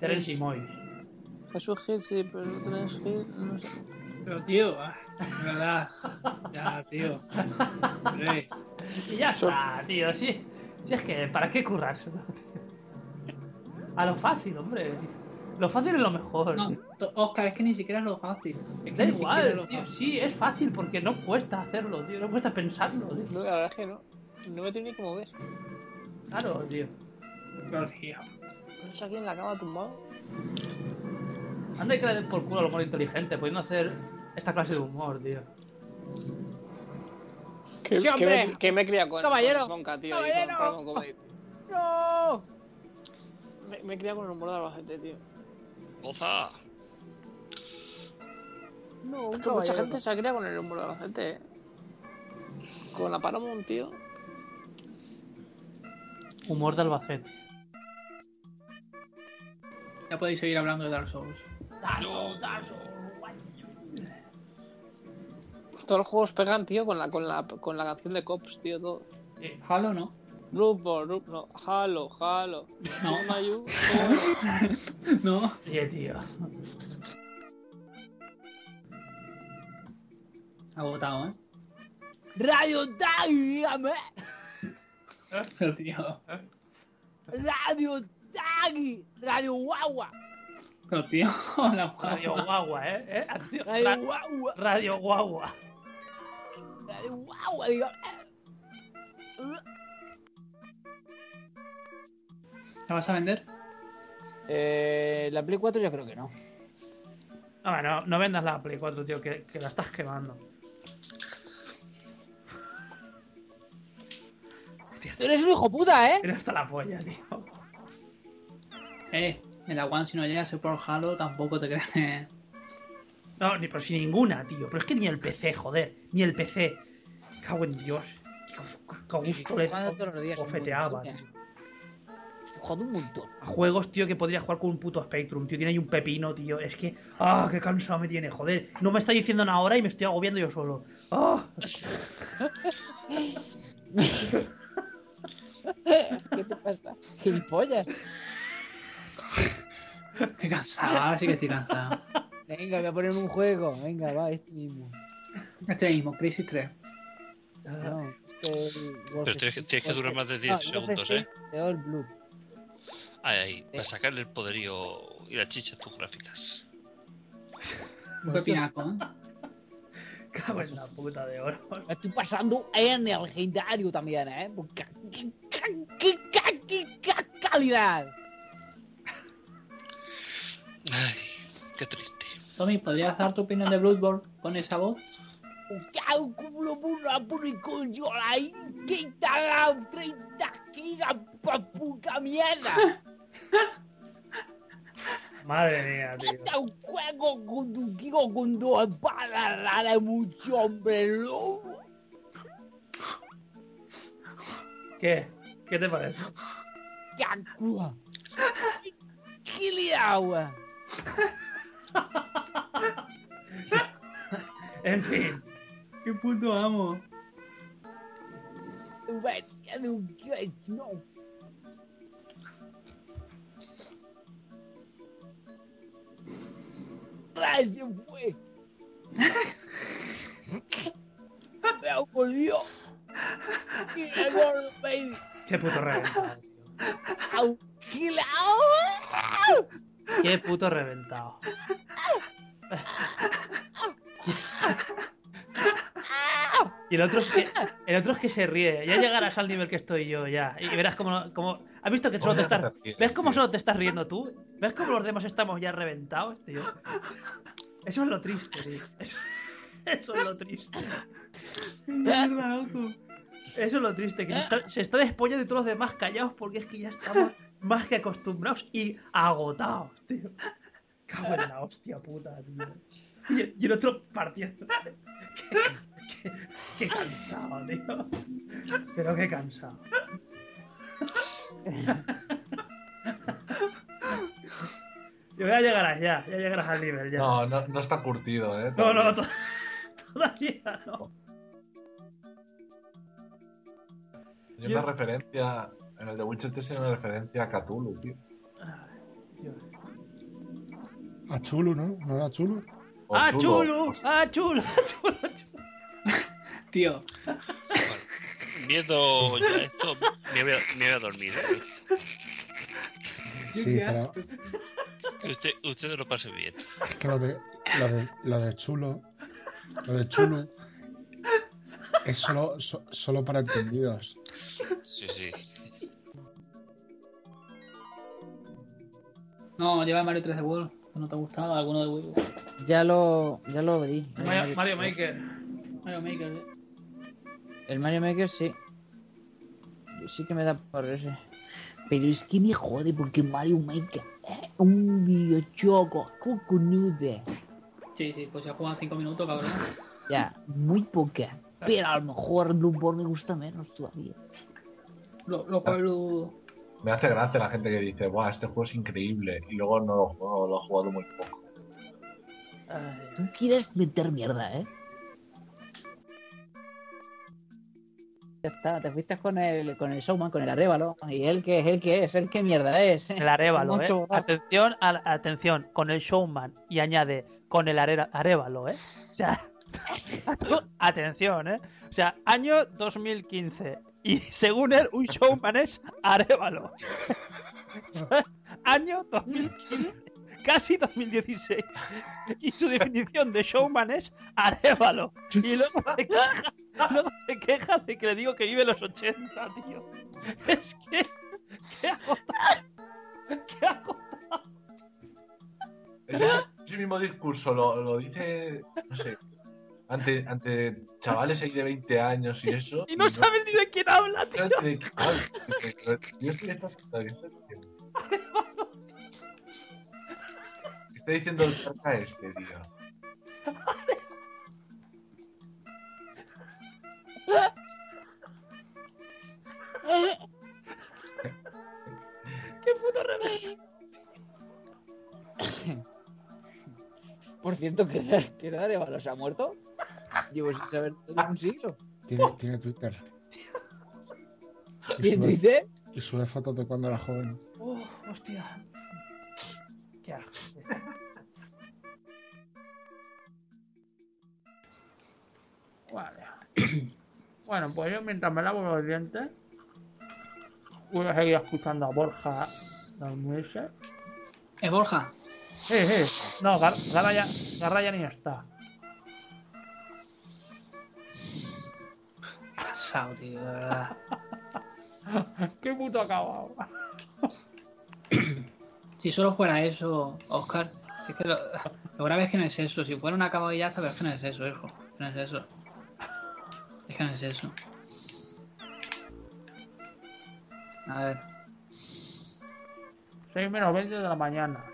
Terence y Moy. Jesús Hill, sí, pero Terence Hill, no sé. Pero tío, ah, de verdad. Ya, tío. Hombre. Y ya está, tío. Si, si es que, ¿para qué currarse? A lo fácil, hombre. Lo fácil es lo mejor. No, to- Oscar, es que ni siquiera es lo fácil. Es que Da ni siquiera es igual, lo tío, fácil. sí, es fácil porque no cuesta hacerlo, tío, no cuesta pensarlo, tío. No, la verdad es que no. No me tiene ni que mover. Claro, tío. Claro, tío. Eso aquí en la cama tumbado. Anda hay que le den por culo al humor inteligente, pudiendo hacer esta clase de humor, tío. Que, Sí, que hombre. me, que me he criado con Caballero. con Fonca, tío. Caballero. ¡No! Me, me he criado con el humor de Albacete, tío. Goza. No, un es que mucha caballero. gente se ha criado con el humor de Albacete, eh. Con la Paramount, tío. Humor de Albacete. Ya podéis seguir hablando de Dark Souls. No. Todos los juegos pegan, tío, con la, con la, con la canción de Cops, tío, todo. Sí. Eh, Halo no. Bloodborne, Blood- no. Halo, Halo. No. Mayu. No. Sí, tío. Agotado, ¿eh? Radio Dagame. Pero, tío. Radio Dagi. Radio Guagua. Pero, tío. La Radio Guagua, ¿eh? ¿Eh? Acción- Radio ra- Guagua. Radio Guagua. Radio Guagua, digo. ¿La vas a vender? Eh, la Play 4 yo creo que no. No, no, no vendas la Play 4, tío, que, que la estás quemando. Tú eres un hijo puta, ¿eh? Pero hasta la polla, tío. Eh, en la One si no llegas por Halo tampoco te crees. No, ni pero sin ninguna, tío. Pero es que ni el PC, joder. Ni el PC. Cago en Dios. Qué gusto le Jugando todos los días ¿eh? un bofeteaba, montón, tío. He jugado un montón. A juegos, tío, que podría jugar con un puto Spectrum, tío. Tiene ahí un pepino, tío. Es que. ¡Ah! ¡Qué cansado me tiene, joder! No me está diciendo una hora y me estoy agobiando yo solo. ¡Ah! ¿Qué te pasa? Gilipollas. Qué cansado, ahora sí que estoy cansado. Venga, voy a ponerme un juego. Venga, va, este mismo. Este mismo, Crisis 3. No, este es el Pero tienes que, tienes que durar más de 10 Ah, segundos, Wolfenstein ¿eh? de Old Blue. Ahí, ahí, para sacarle el poderío y la chicha a tus gráficas. Un pepinaco, ¿eh? Cago en la puta de oro. Me estoy pasando en el legendario también, ¿eh? Porque- ¡Qué, qué- qué- qué- qué- qué calidad! Qué triste. Tommy, ¿podrías dar tu opinión de Bloodborne con esa voz? Cago como lo burro a burro y con yo ahí. Que está a 30 gigas pa' puta mierda. Madre mía, tío. Hasta un juego con tu tío con dos balas rara mucho hombre lobo. ¿Qué? ¿Qué te parece? ¡Cacua! ¡Qué liagua! En fin. ¡Qué puto amo! Venía de un crash, no. Ah, se fue. Me volvió. Y me gordo, baby. Qué puto reventado. ¡Auxilio! Qué puto reventado. Y el otro, es que, el otro es que se ríe. Ya llegarás al nivel que estoy yo, ya. Y verás cómo. cómo... ¿Has visto que solo te estás. ¿Ves cómo solo te estás riendo tú? ¿Ves cómo los demás estamos ya reventados, tío? Eso es lo triste, tío. Eso, eso es lo triste. Eso es lo triste, que se está, se está despollando de todos los demás callados porque es que ya estamos más que acostumbrados y agotados, tío. Cago en la hostia puta, tío. Y, y el otro partiendo. Qué, qué- qué cansado, tío. Pero qué cansado. Yo ya llegarás, ya, ya llegarás al nivel, ya. No, no, no está curtido, ¿eh? No, no, to- todavía no. Hay una referencia. En el de Witcher 3 hay una referencia a Cthulhu, tío. A Chulu, ¿no? ¿No era Chulu? O Ah, Chulu. Chulu, ¡Ah, Oh, chulo! chulo, chulo. Tío. Viendo ya esto, me voy a, me voy a dormir. ¿eh? Sí, pero Que usted, ustedes lo pasen bien. es que lo de, lo de, lo de Chulo. Lo de Chulu. Es solo, so- solo para entendidos. Sí, sí. No, lleva Mario 3 de World. ¿No te ha gustado alguno de Wii U? Ya lo, ya lo abrí. El Mario- Mario Maker. Mario Maker, eh. El Mario Maker sí. Sí que me da por ese. Pero es que me jode porque Mario Maker es un videojuego coconude. Sí, sí, pues ya juegan 5 minutos, cabrón. Ya, muy poca. Pero a lo mejor Bloodborne me gusta menos todavía. Lo, Ah. lo cual lo- Me hace gracia la gente que dice, ¡buah, este juego es increíble! Y luego no lo juego, lo ha jugado muy poco. Tú quieres meter mierda, ¿eh? Ya está, te fuiste con el, con el showman, con el arévalo. Y él que es, el que es, el que mierda es. El arévalo, ¿eh? Mucho, Atención, al- atención, con el showman. Y añade, con el are- arévalo, ¿eh? O sea, atención, ¿eh? O sea, año 2015. Y según él, un showman es arévalo. año 2015. Casi 2016. Y su definición de showman es arévalo. Y luego se queja, luego se queja de que le digo que vive los 80, tío. Es que... ¡Qué agotado! ¡Qué agotado! Ese, ese mismo discurso lo, lo dice, no sé, ante, ante chavales ahí de 20 años y eso. Y no sabes ni de quién habla, tío. Yo estoy esta ¿qué está diciendo? ¿Qué está diciendo el carta este, tío? ¡Qué puto rebelde! Por cierto, que, que el arévalo se ha muerto. Llevo sin saber todo un siglo. Tiene, tiene Twitter. Ah, ¿Tiene sube- Twitter? Y sube fotos de cuando era joven. ¡Uf, hostia! ¡Qué asco! Vale. Bueno, pues yo mientras me lavo los dientes, voy a seguir escuchando a Borja dormirse. ¿Es Borja? Sí, sí. No, Gar- Garra ya, Garra ya ni está. Cansado, tío, de verdad. ¡Qué puto acabado! Si solo fuera eso, Oscar. Si es que lo, lo grave es que no es eso. Si fuera una caballaza, pero es que no es eso, hijo. No es eso. Es que no es eso. A ver. 6 menos 20 de la mañana.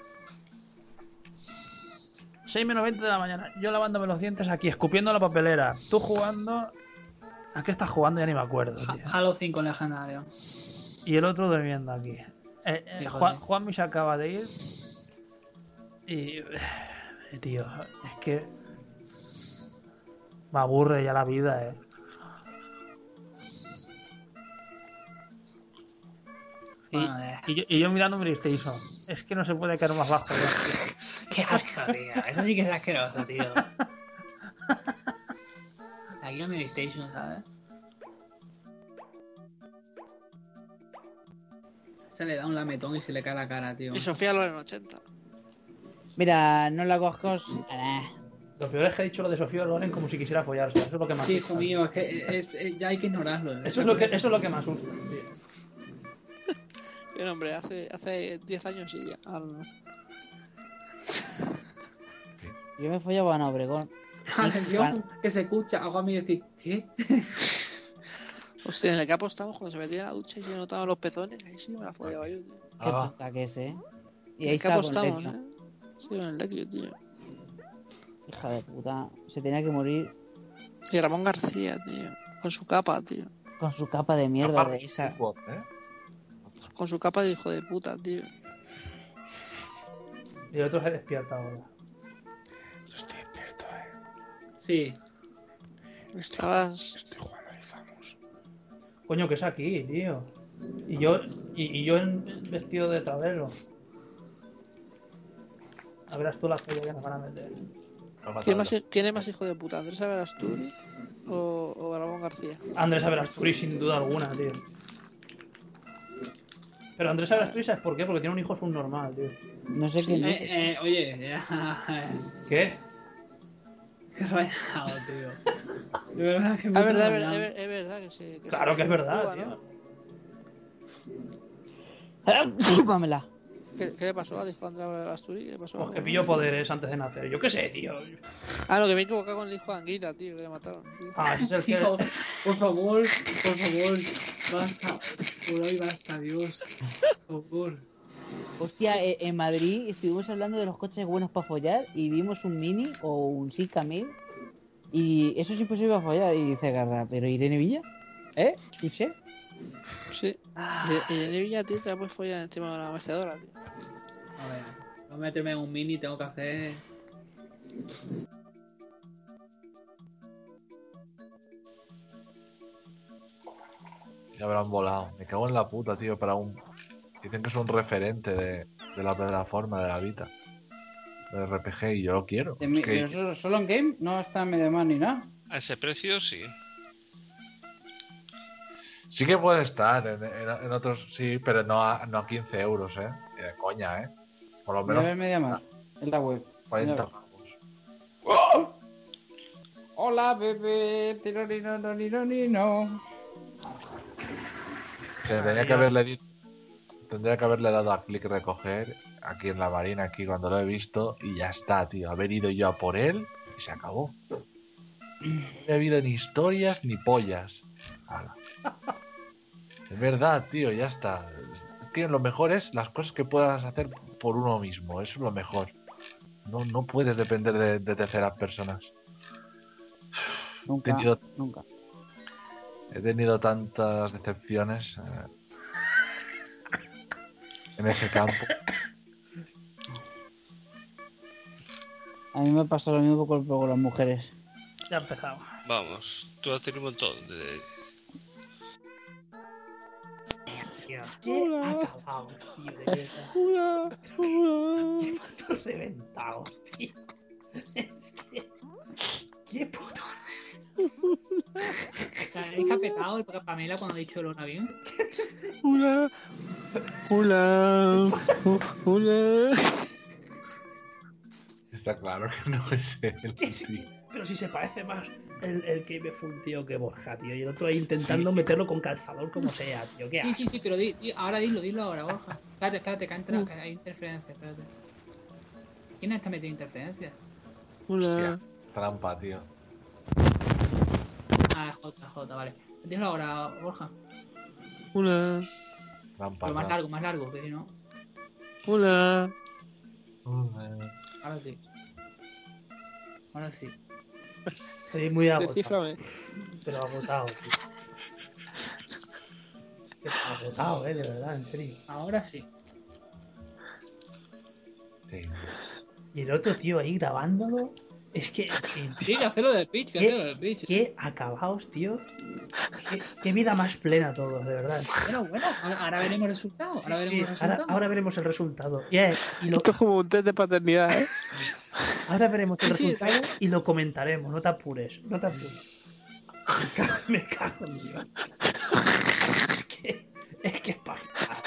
6 menos 20 de la mañana. Yo lavándome los dientes aquí, escupiendo la papelera. Tú jugando. ¿A qué estás jugando? Ya ni me acuerdo. tío. Halo 5 legendario. Y el otro durmiendo aquí. Eh, eh, Sí, joder. Juan, Juanmi se acaba de ir. Y. eh, Tío, es que. Me aburre ya la vida, eh. Y, y yo, y yo mirando mi PlayStation. Es que no se puede caer más bajo. ya. Qué asco, tío. Eso sí que es asqueroso, tío. Aquí la Meditation, ¿sabes? Se le da un lametón y se le cae la cara, tío. Y Sofía lo en 80. Mira, no la conozco. s- ah, Lo peor es que ha dicho lo de Sofía Loren como si quisiera follarse. Eso es lo que más Sí, hijo mío, es que eh, es- eh, ya hay que ignorarlo. ¿eh? Eso es lo que, eso es lo que me asusta. tío. El hombre, hace, hace 10 años y ya. ahora no. Yo me follaba a Ana Obregón. Ah, Atención, que se escucha algo a mí decir, ¿qué? Hostia, en el que apostamos cuando se metía en la ducha y se notaban los pezones. Ahí sí me la follaba yo, tío. Qué puta que es, eh. En Y el ahí que está con Ah, apostamos, Lechu. eh. Sí, en el Leclio, tío. Hija de puta. Se tenía que morir Y Ramón García, tío. Con su capa, tío. con su capa de mierda de esa. Con su capa de hijo de puta, tío. Y el otro se despierta ahora. Sí. Estabas. Coño, que es aquí, tío. Y yo, y, y yo en en vestido de tablero. A verás tú la polla que nos van a meter. ¿Quién, más, quién es más hijo de puta? ¿Andrés Averasturi o, o Ramón García? Eh, Andrés Averasturi, sin duda alguna, tío. Pero Andrés Averasturi, ¿sabes por qué? Porque tiene un hijo subnormal, tío. No sé Eh, eh, oye, ya. ¿Qué? Qué rayado, tío. De verdad que Ah, Es me verdad, es rayado. verdad, es ver- es verdad que se. que se Claro que es cayó en verdad, Cuba, tío. ¿no? eh. Chúpamela. ¿Qué, qué le pasó al hijo de Andrés Averasturi? ¿Qué le pasó? Pues que pilló poderes antes de nacer. Yo qué sé, tío. Ah, lo que me he equivocado con el hijo de Anguita, tío, que le mataron. tío. Ah, ese es el Tío, que. por favor, por favor, basta. Por hoy basta, Dios. Por favor. Hostia, eh, en Madrid estuvimos hablando de los coches buenos para follar y vimos un Mini o un Sika 1000 y eso es imposible para follar. Y dice Garra, ¿pero Irene Villa? ¿Eh? ¿Escuché? Sí. Y, y en Villa, tío, te la puedes follar encima de la mecedora, tío. A ver, voy a meterme en un mini, tengo que hacer. Ya habrán volado. Me cago en la puta, tío, para un... Dicen que es un referente de, de la plataforma de la Vita. De RPG y yo lo quiero. De mi- Es que- pero eso- solo en game no está en medio más ni nada. A ese precio sí. Sí que puede estar en, en- en otros, sí, pero no a, no a 15 euros, ¿eh? Ni de coña, ¿eh? Por lo Voy a menos ver media más en la web. 40 Mira. Hola, bebé. Tirorinorinorino. Se tendría que haberle di- tendría que haberle dado a clic recoger aquí en la marina, aquí cuando lo he visto, y ya está, tío. Haber ido yo a por él y se acabó. No he habido ni historias ni pollas. Hala. Es verdad, tío, ya está. Es que lo mejor es las cosas que puedas hacer por uno mismo, eso es lo mejor. No, no puedes depender de, de terceras personas. Nunca, He tenido, nunca. he tenido tantas decepciones eh, en ese campo. A mí me pasa lo mismo con, con las mujeres. Ya empezamos. Vamos, tú has tenido un montón de... Tío, qué acabado, tío, de verdad. Qué putos reventados, tío. Es que. Qué puto. ¿Es que ha petado el Pamela cuando ha dicho Lona bien? Hola. Hola. Hola. Está claro que no es él. tío. Pero si se parece más el, el que me fue un tío que Borja, tío. Y el otro ahí intentando meterlo con calzador como sea, tío. ¿Qué Sí, haces? sí, sí, pero di- di- ahora dilo, dilo ahora, Borja. Espérate, espérate, que ha entrado, que hay interferencia, espérate. ¿Quién está metido interferencia? Hostia, trampa, tío. Ah, JJ, vale. Dilo ahora, Borja. Hola. Trampa. Pero más trampa. largo, más largo, que si no. Hola. Ahora sí. Ahora sí. Estoy muy pues, agotado. Descíframe. Pero agotado, tío. Agotado, eh, de verdad, en serio. Ahora sí. Y el otro tío ahí grabándolo. Es que. Sí, que hacerlo del pitch, que hacerlo del pitch. eh. Qué acabaos, tío. Qué, qué vida más plena todos, de verdad. Bueno, bueno, ahora, ahora veremos el resultado. Ahora Sí, veremos sí, el ahora, resultado. ahora veremos el resultado. Yeah, y lo- Esto es como un test de paternidad, ¿eh? ahora veremos el Sí, sí, resultado y lo comentaremos. No te apures, no te apures. Me cago, me cago en Dios. Es que es, que es pa'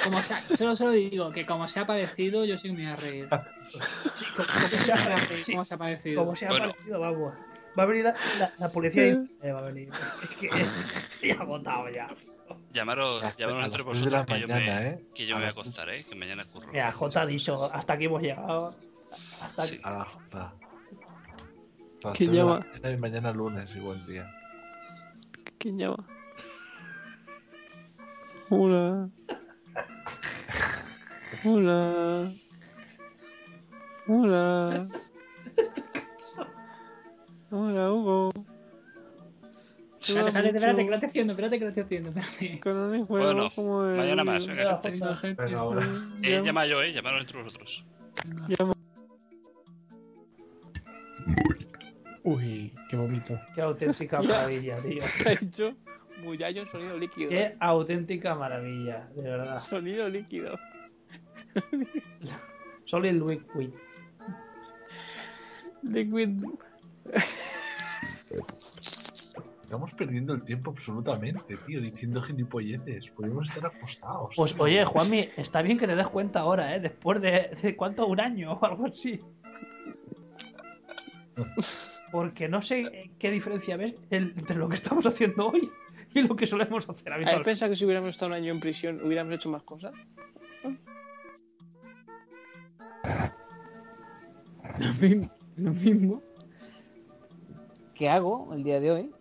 Como sea, solo, solo digo que como se ha parecido, yo sí que me voy a reír. Ah. Sí, como, como se ha parecido, como se ha parecido. Como se ha parecido, vamos. Va a venir la, la- la policía y... eh, va a venir. Es que estoy agotado ya. Las- Llamaros, llamaros a las entre tres de la vosotros que yo mañana, me, ¿eh? que yo A me voy a las- acostar, ¿eh? Que mañana curro. Mira, J ha dicho, hasta aquí hemos llegado. Hasta aquí. A la J. Las tres ¿Quién de la llama? Pues mañana y mañana lunes, igual día. ¿Quién llama? Hola. Hola. Hola. Hola, Hugo. Espérate, espérate, espérate, que lo estoy haciendo, espérate, que lo estoy haciendo, espérate. Bueno, mañana más, venga, gente. La gente. Venga, ahora. Eh, llama yo, ¿eh? Llamaros entre vosotros. Uy, qué vomito. Qué auténtica maravilla, tío. He dicho mullayo en sonido líquido. ¿eh? Qué auténtica maravilla, de verdad. Sonido líquido. Solo el Liquid. Liquid. Estamos perdiendo el tiempo absolutamente, tío, diciendo gilipolleces. Podríamos estar acostados. Pues tío. oye, Juanmi, está bien que te des cuenta ahora, ¿eh? Después de, de cuánto, un año o algo así. Porque no sé eh, qué diferencia ves el- entre lo que estamos haciendo hoy y lo que solemos hacer ¿Habéis habitualmente. pensado que si hubiéramos estado un año en prisión hubiéramos hecho más cosas? Lo mismo, lo mismo. ¿Qué hago el día de hoy?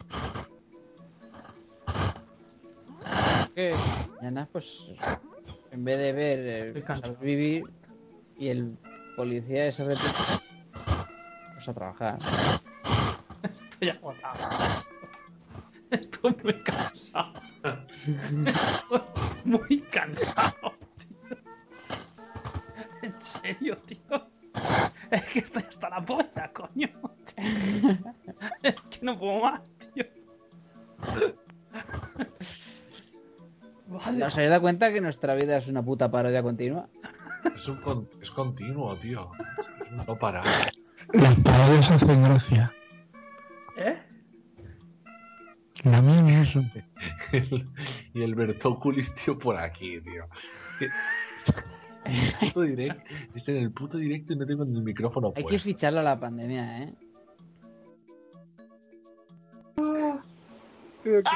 Que mañana, pues, en vez de ver eh, vivir y el policía ese repite, pues a trabajar. Estoy agotado. Estoy muy cansado. Estoy muy cansado, tío. En serio, tío. Es que estoy hasta la polla, coño. Es que no puedo más, tío. Vale. ¿Os habéis dado cuenta que nuestra vida es una puta parodia continua? Es, un con- es continuo, tío. Es un no para. Las parodias hacen gracia. ¿Eh? La mía ni eso. El- y el Bertóculis, tío, por aquí, tío. Que- Puto direct- Estoy en el puto directo y no tengo ni el micrófono Hay que puesto. ficharlo a la pandemia, ¿eh? Pero que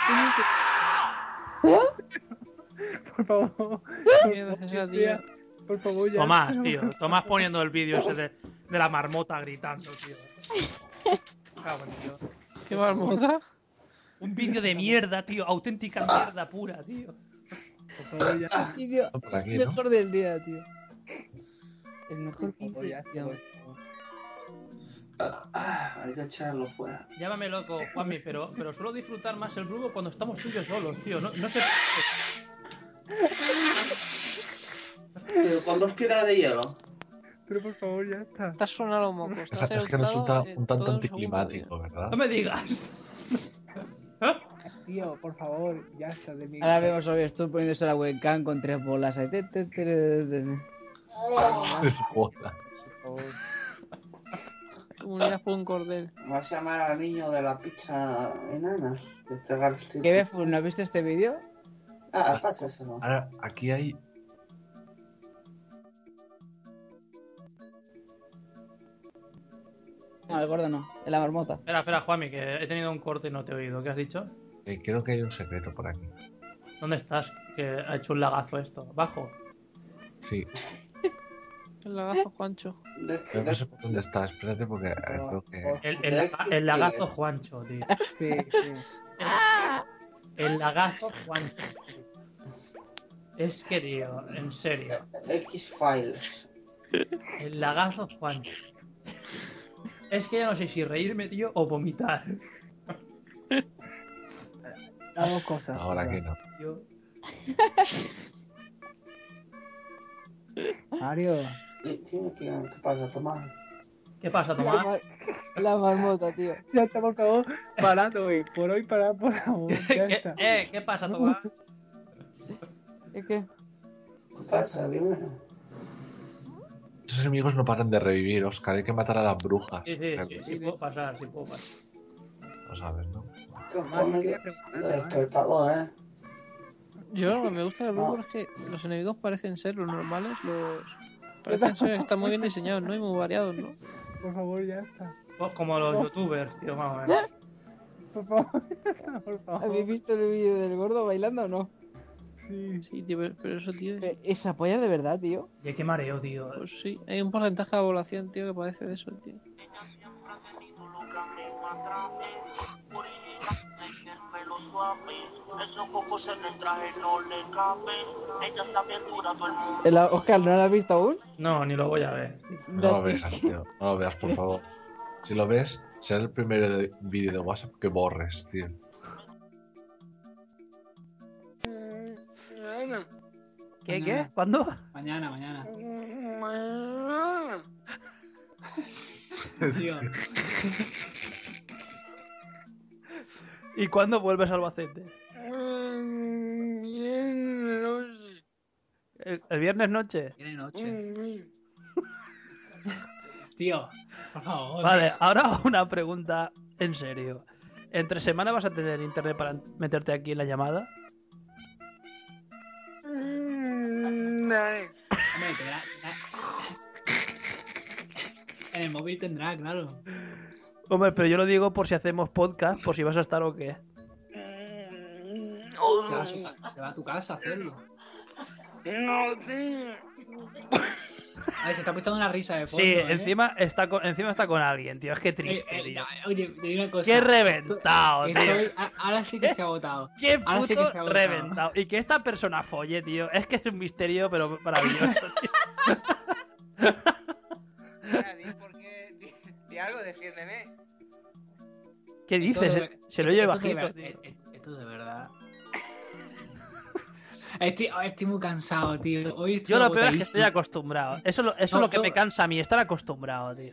Por favor. esa, Ya, Por favor, ya. Tomás, tío. Tomás poniendo el vídeo ese de, de la marmota gritando, tío. Cago en Dios. ¿Qué marmota? Un vídeo de mierda, tío. Auténtica mierda pura, tío. Por favor, ya. Tío, Por aquí, el ¿no? mejor del día, tío. El mejor Por favor, ya, tío. Hay que echarlo fuera. Llámame loco, Juanmi, pero, pero suelo disfrutar más el brugo cuando estamos tú y yo solos, tío. No, no sé. Pero con dos piedras de hielo. Pero por favor, ya está. Te has sonado los mocos. te Es, has es que resulta eructado en un tanto todo el segundo anticlimático, ¿verdad? No me digas. Tío, por favor, ya está de mí. Ahora vemos a tú poniéndose la webcam con tres bolas. ahí, te, te, te, te, te. Es bola. Oh. día. Unidas por un cordel. Vas a llamar al niño de la pizza enana. De este Garfield. ¿Qué ves? ¿No has visto este vídeo? Ah, pásaselo. Ahora, aquí hay. No, el gordo no, es la marmota. Espera, espera, Juanmi, que he tenido un corte y no te he oído. ¿Qué has dicho? eh, creo que hay un secreto por aquí. ¿Dónde estás? Que ha hecho un lagazo esto. Bajo. Sí. El lagazo, Juancho. Pero no sé por dónde está. Espérate porque eh, creo que. El, el, laga- el lagazo Juancho, tío. Sí, sí. El lagazo Juancho. Es que, tío, en serio. X-Files. El lagazo Juancho. Es que ya no sé si reírme, tío, o vomitar. Las dos cosas. Ahora que no. Tío. Mario. Eh, Dime qué, qué pasa, Tomás. ¿Qué pasa, La, Tomás? mar- la marmota, tío. Ya está, por favor, parado, güey. Por hoy, parado, por favor. Ya ¿Qué, está. eh, ¿Qué pasa, Tomás? Es que ¿Qué pasa? Dime. Esos enemigos no paran de revivir, Oscar. Hay que matar a las brujas. Sí, sí, sí, sí puedo pasar, sí puedo pasar. Lo sabes, ¿no? Ah, ¿eh? Cojones, despertador, eh. Yo lo que me gusta de Bloodborne es que los enemigos parecen ser los normales, los parecen ser, están muy bien diseñados, ¿no? Y muy variados, ¿no? Por favor, ya está. Pues como los youtubers, tío, más o menos. Por favor, ya está, por favor. ¿Habéis visto el vídeo del gordo bailando o no? Sí. tío, pero- pero eso, tío. Eh, Es... Esa polla de verdad, tío. Ya qué mareo, tío. Pues sí, hay un porcentaje de población, tío, que parece de eso, tío. pelo suave, esos cocos en el traje no le caben. Ella está bien dura, todo el mundo. El- Oscar, ¿no la has visto aún? No, ni lo voy a ver. No lo veas, tío. No lo veas, por favor. Si lo ves, será el primer de- vídeo de WhatsApp que borres, tío. ¿Qué, Mañana. qué? ¿Cuándo? Mañana, mañana. Tío. ¿Y cuándo vuelves a Albacete? ¿El, el viernes noche? Tiene noche. Tío, por favor. Vale, ahora una pregunta en serio. ¿Entre semana vas a tener internet para meterte aquí en la llamada? Hombre, tendrá- tendrá- En el móvil tendrá, claro. Hombre, pero yo lo digo por si hacemos podcast, por si vas a estar o qué. Se va, a su- se va a tu casa a hacerlo. A ver, se está escuchando una risa de fondo. Sí, ¿eh? encima está con, encima está con alguien, tío. Es que triste, Eh, eh, tío. Oye, te digo una cosa. Qué reventado, tío. Estoy- a- ahora sí que se ha agotado. Qué ahora sí que puto se ha agotado. reventado. Y que esta persona folle, tío. Es que es un misterio, pero maravilloso, tío. Di algo, defiéndeme. ¿Qué Esto dices? de- Se- Se lo oye esto bajito, de ver- tío. eh, eh, Esto de verdad. Estoy, ay, estoy muy cansado, tío. Hoy estoy Yo lo peor es que estoy agotadísimo. acostumbrado. Eso, lo- eso es No, lo que yo- me cansa a mí, estar acostumbrado, tío.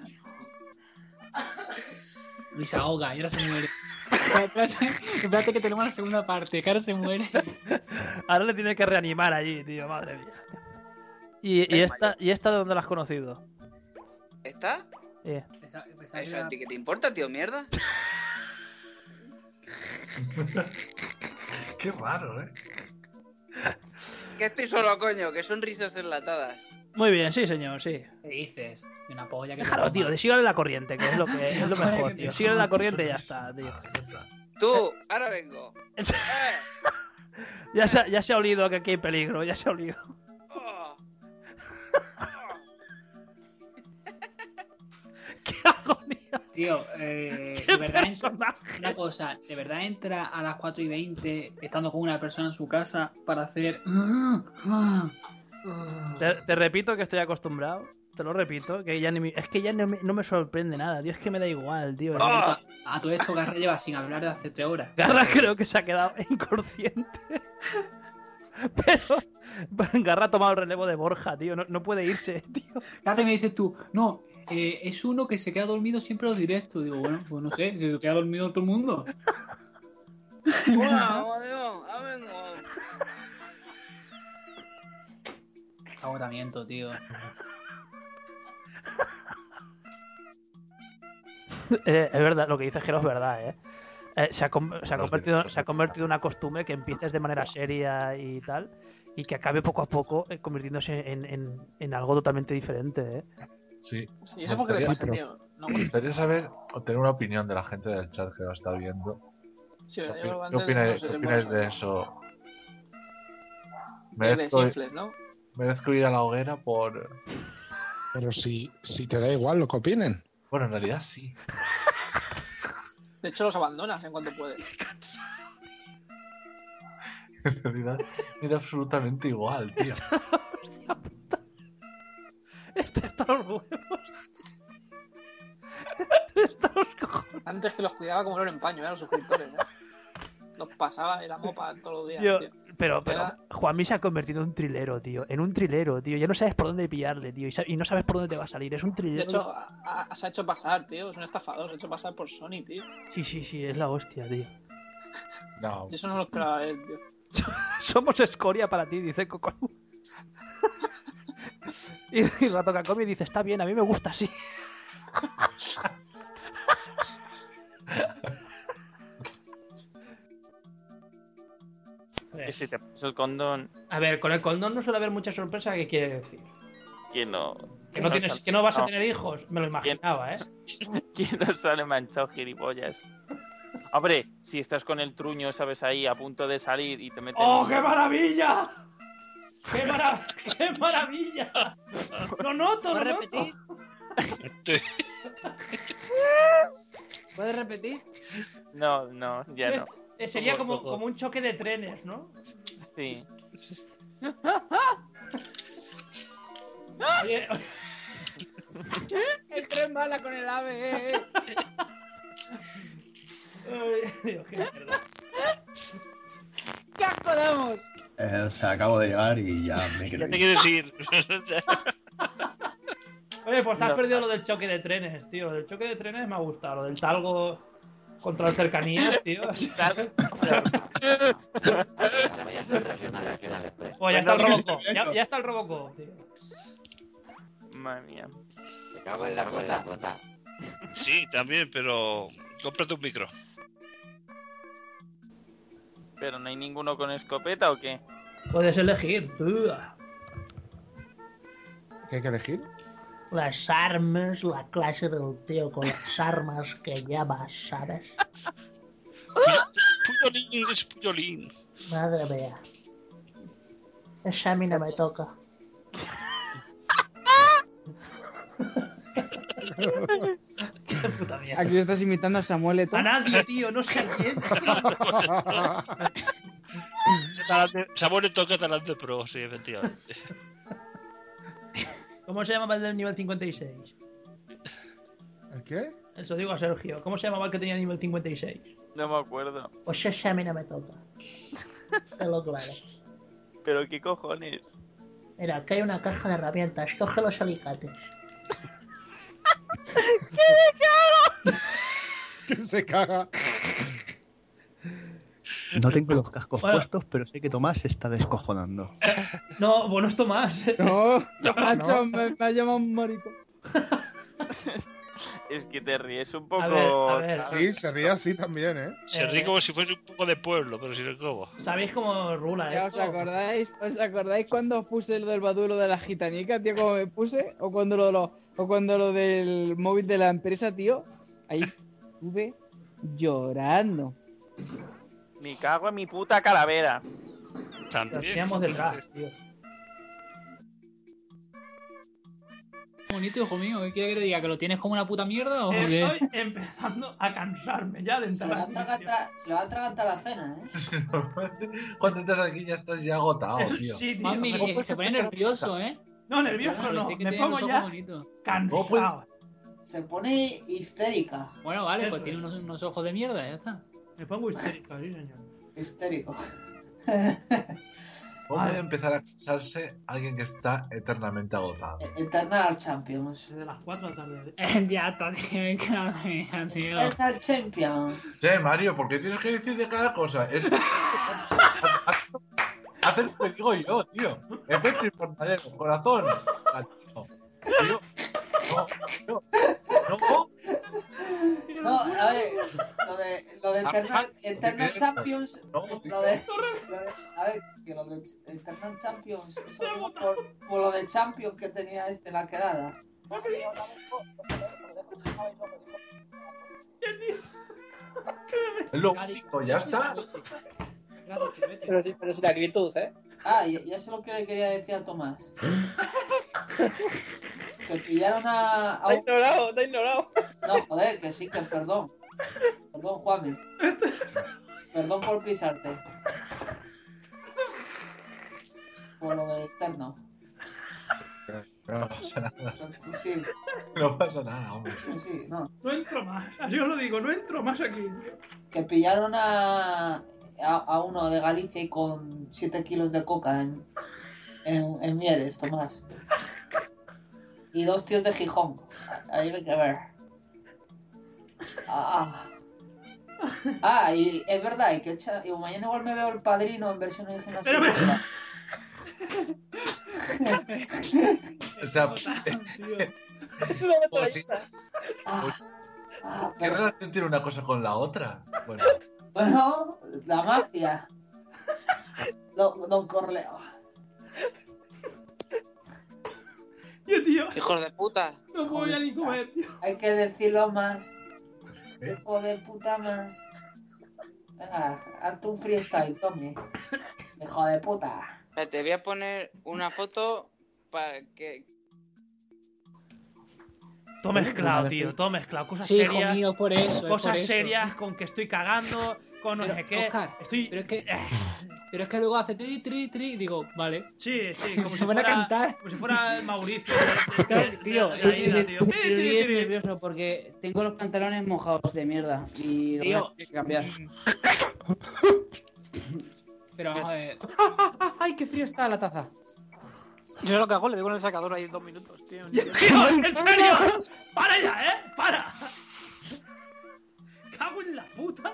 Y se ahoga, y ahora se muere. espérate, espérate que tenemos la segunda parte, que ahora se muere. Ahora le tienes que reanimar allí, tío, madre mía. ¿Y, y esta, ¿y esta de dónde la has conocido? ¿Está? Eh, Eso a ti que te importa, tío, mierda. Qué raro, ¿eh? Que estoy solo, coño, que son risas enlatadas. Muy bien, sí, señor, sí. ¿Qué dices? Una polla que Déjalo, tío, sígale la corriente, que es lo, que, es lo mejor, tío. Sígale la corriente y ya está, tío. Tú, ahora vengo. Ya se, ha- ya se ha olido que aquí hay peligro, ya se ha olido. Oh. Tío, eh, de verdad, una cosa, de verdad entra a las 4 y 20 estando con una persona en su casa para hacer. "Ah, Te, te repito que estoy acostumbrado. Te lo repito, que ya ni me- es que ya no me, no me sorprende nada, tío. Es que me da igual, tío. A, a todo esto Garra lleva sin hablar de hace 3 horas. Garra creo que se ha quedado inconsciente. Pero Garra ha tomado el relevo de Borja, tío. No, no puede irse, tío. Garra y me dices tú, no, eh, es uno que se queda dormido siempre en los directos. Digo, bueno, pues no sé, se queda dormido todo el mundo. Hola, adiós, ahora vengo. Agotamiento, tío. Eh, es verdad, lo que dices que no es verdad, ¿eh? Eh, se, ha, com- se ha convertido, se ha convertido en una costumbre que empieces de manera seria y tal, y que acabe poco a poco eh, convirtiéndose en, en- en algo totalmente diferente, ¿eh? Sí. Sí, ¿eso por qué le Me pasa, gustaría- tío? Me gustaría saber o tener una opinión de la gente del chat que lo está viendo. ¿Qué, qué opináis, qué opináis de eso? Merezco, ¿no? merezco ir a la hoguera por. Pero si, si te da igual lo que opinen. Bueno, en realidad sí. De hecho, los abandonas en cuanto puedes. En realidad me da absolutamente igual, tío. Hasta los huevos. Antes que los cuidaba como era un empaño, ¿eh? Los suscriptores, ¿no? Los pasaba en la mopa todos los días, Tío, tío. pero, pero Era- Juanmi se ha convertido en un trilero, tío. En un trilero, tío. Ya no sabes por dónde pillarle, tío. Y, sa- y no sabes por dónde te va a salir. Es un trilero. De hecho, a- a- se ha hecho pasar, tío. Es un estafador, se ha hecho pasar por Sony, tío. Sí, sí, sí, es la hostia, tío. No. Yo eso no lo esperaba de él, tío. Somos escoria para ti, dice Coco. y, y Rato Kakomi dice, está bien, a mí me gusta así. Y Eh, si te pones el condón, Eh, A ver, con el condón no suele haber mucha sorpresa, ¿qué quiere decir? ¿quién no? Que no, tienes, sale- que no vas a tener hijos, me lo imaginaba, ¿eh? ¿Quién no sale manchado, gilipollas? Hombre, si estás con el truño, sabes, ahí a punto de salir y te meten. ¡Oh, qué maravilla! ¡Qué, mara- qué maravilla! ¡Lo noto, lo noto! ¿Puedes repetir? No, no, ya no. Es- eh, sería Poco, como, poco. como un choque de trenes, ¿no? Sí. Oye, El tren bala con el ave. eh. oye, Dios, qué mierda. ¡Qué asco damos! Eh, o sea, acabo de llegar y ya me quiero Ya te ir. quieres ir. Oye, pues te has No. perdido lo del choque de trenes, tío. El choque de trenes me ha gustado. Lo del talgo contra las cercanías, tío. Pues ya está el Robocop. Ya, ya está el Robocop, tío. Madre mía. Me cago en la puta puta. Sí, también, pero cómprate un micro. ¿Pero no hay ninguno con escopeta o qué? Puedes elegir, tú. ¿Qué hay que elegir? Las armas, la clase del tío con las armas que llevas, ¿sabes? Puyolín, es Puyolín. Madre mía. Esa a mí no me toca. Aquí estás imitando a Samuel ¿eh? Eto'o. A nadie, tío, no sé a quién. Talante- Samuel le toca Talante Pro, sí, efectivamente. ¿Cómo se llamaba el del nivel 56? ¿El qué? Eso digo a Sergio. ¿Cómo se llamaba el que tenía nivel 56? No me acuerdo. Pues esa a mí no me toca. Te lo claro. ¿Pero qué cojones? Mira, aquí hay una caja de herramientas. Coge los alicates. Que se caga. No tengo los cascos Bueno. puestos, pero sé que Tomás se está descojonando. No, bueno, esto más. No, macho, Me, me ha llamado un marico. Es que te ríes un poco. A ver, a ver. Sí, se ríe así también, ¿eh? Se ríe como si fuese un poco de pueblo, pero si no como. ¿Sabéis cómo rula ¿eh? ¿Ya os esto? acordáis? ¿Os acordáis cuando os puse lo del badulo de la gitanica, tío? ¿Cómo me puse? ¿O cuando lo, lo- o cuando lo del móvil de la empresa, tío? Ahí estuve llorando. Me cago en mi puta calavera. Lo teníamos detrás, tío. Bonito, hijo mío. ¿Qué quiere que te diga? ¿Que lo tienes como una puta mierda o qué? Estoy empezando a cansarme ya de Se lo va a entrar. este atragantar, se lo va a atragantar la cena, ¿eh? Cuando entras aquí ya estás ya Oh, agotado, tío. Sí, tío. Mami, que se pone nervioso, ¿eh? No, nervioso no. Dice que Me tiene pongo los ojos ya bonitos. cansado. Se pone histérica. Bueno, vale, Eso pues tiene es. unos, unos ojos de mierda, ya está. Me pongo histérico, sí, señor. Histérico. ¿Cómo puede empezar a cansarse alguien que está eternamente agotado? Eternal Champions. De las 4 de la tarde. ya está, tío. Me cago en la mierda, tío. Eternal Champions. Che, Mario, ¿por qué tienes que decir de cada cosa? Es... Haz lo que digo yo, tío. Efecto y fortaleza, corazón. Tío, no, no, no. No, a ver, lo de, lo de Eternal, Eternal ¿Qué es esto? Champions. No, Lo de, lo de- a ver, que lo de Ch- Eternal Champions. Eso digo por, por lo de Champions que tenía este en la quedada. Es lo único, ya está. Pero sí, pero sí, la virtud, ¿eh? Ah, y, y eso es lo que le quería decir a Tomás. que pillaron a. a un- ignorado, te ha ignorado. No, joder, que sí, que perdón. Perdón, Juanmi. Perdón por pisarte. Por lo de externo. No pasa nada. Sí, No pasa nada, hombre. sí, no. No entro más. Así os lo digo, no entro más aquí. Que pillaron a, a, a uno de Galicia y con 7 kilos de coca en, en, en Mieres, Tomás. Y dos tíos de Gijón. Ahí hay que ver. Ah, ah. Ah, y es verdad, y que el cha- y mañana igual me veo el padrino en versión original. O sea, Es una o si- Ah. ¿qué relación tiene una cosa con la otra? Bueno, Bueno, la mafia. Don, don Corleo. Yo, tío. Hijos de puta. No puedo ya ni comer, tío. Hay que decirlo más. Hijo de puta más. Venga, hazte un freestyle, Tommy. Hijo de puta. Te voy a poner una foto para que. Todo mezclado, tío, todo mezclado. Cosas Sí, hijo serias. mío, por eso, es Cosas por eso. serias con que estoy cagando, con no Pero, sé qué. Oscar, estoy. Pero es que. Pero es que luego hace tri, tri, tri y digo, vale. Sí, sí, como Se si van a fuera- cantar. Como si fuera Mauricio. Tío, de la estoy isla, tío. Sí, sí, sí, bien sí. nervioso porque tengo los pantalones mojados de mierda y los Tío. tengo que cambiar. Pero vamos a ver. ¡Ay, qué frío está la taza! Yo lo que hago, le digo en el sacador ahí en dos minutos, tío. ¡Tío, en serio! ¡Para ya, eh! ¡Para! ¡Cago en la puta!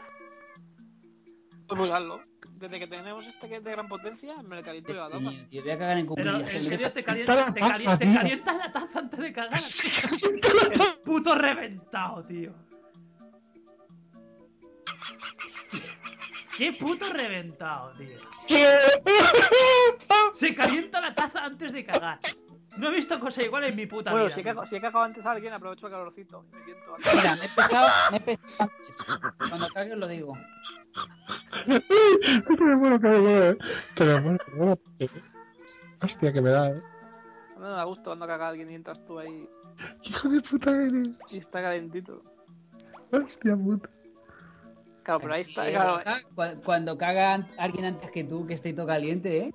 Pues usarlo. Desde que tenemos este que es de gran potencia, me le caliento yo la tapa. Yo voy a cagar en Pero, cuclillas. en serio, te, calien- Está la te, taza, calien- te tío. calientas la taza antes de cagar. El puto reventado, tío. Qué puto reventado, tío. Se calienta la taza antes de cagar. No he visto cosa igual en mi puta Bueno, vida. si he, cagado, si he cagado antes a alguien, aprovecho el calorcito. Me siento. Mira, me he pesado, me he pesado antes. Cuando cague os lo digo. que me muero, que me muero, eh. que me muero, que me muero. Hostia, que me da, eh. A mí me da gusto cuando caga alguien y entras tú ahí Hijo de puta eres. y está calentito. Hostia puta. Claro, pero ahí está. Sí, claro, ¿verdad? Cu- Cuando caga an- alguien antes que tú, que esté todo caliente, ¿eh?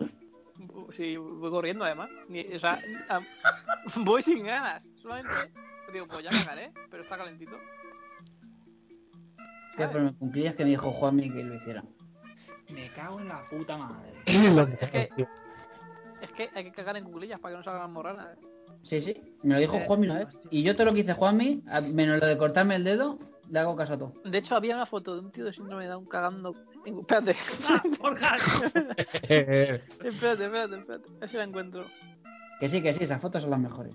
Sí, voy corriendo además. Ni- o sea, am- voy sin ganas. Solamente digo, pues ya cagaré, pero está calentito. Voy a ponerme en cuclillas que me dijo Juanmi que lo hiciera. Me cago en la puta madre. Es que, es que hay que cagar en cuclillas para que no salgan morranas. ¿eh? Sí, sí, me lo dijo Eh, Juanmi una vez. Y yo todo lo que hice Juanmi, a- menos lo de cortarme el dedo, le hago caso a todo. De hecho, había una foto de un tío de síndrome de Down cagando. en- Espérate. espérate, espérate, espérate. A ver si la encuentro. Que sí, que sí, esas fotos son las mejores.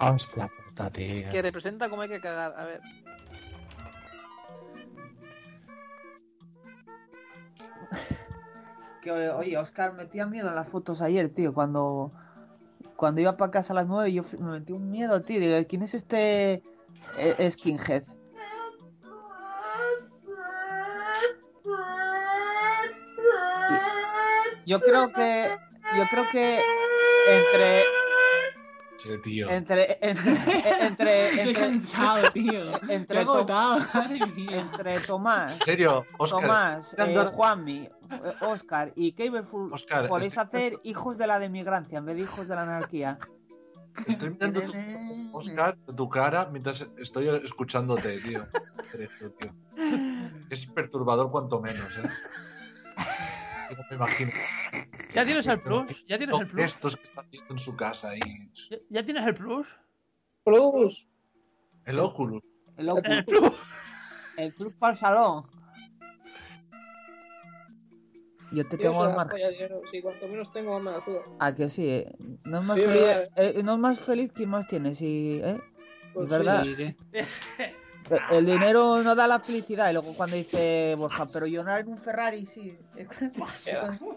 Hostia puta, tío. Que representa cómo hay que cagar. A ver. Que, oye, Oscar metía miedo en las fotos ayer, tío. Cuando, cuando iba para casa a las 9, yo fui- me metí un miedo, tío. Digo, ¿quién es este eh, skinhead? Y- Yo creo que. Yo creo que. Entre. Che, tío. Entre. Entre. entre, Estoy cansado, tío. Estoy Entre, agotado, entre Tomás. ¿En serio, Óscar? Tomás, Te han eh, dado- Juanmi, eh, Óscar y Cablefull Óscar, podéis estoy- hacer hijos de la demigrancia en vez de hijos de la anarquía. Estoy mirando tu, Oscar, tu cara mientras estoy escuchándote, tío. Esto, tío. Es perturbador cuanto menos, ¿eh? Yo no me imagino. ¿Ya tienes el plus? ¿Ya tienes el plus? Estos que están haciendo en su casa ahí. ¿Ya- ¿Ya tienes el plus? Plus. El Oculus. El Oculus. El Plus para el salón. Yo te tengo al margen. Si cuanto menos tengo, más me la suda. ¿A que sí? eh? No es más, Sí, feliz, mira. eh, no es más feliz quien más tiene, sí, ¿eh? Pues es verdad. sí. Eh, El dinero no da la felicidad. Y luego cuando dice Borja, pero yo no en un Ferrari, sí.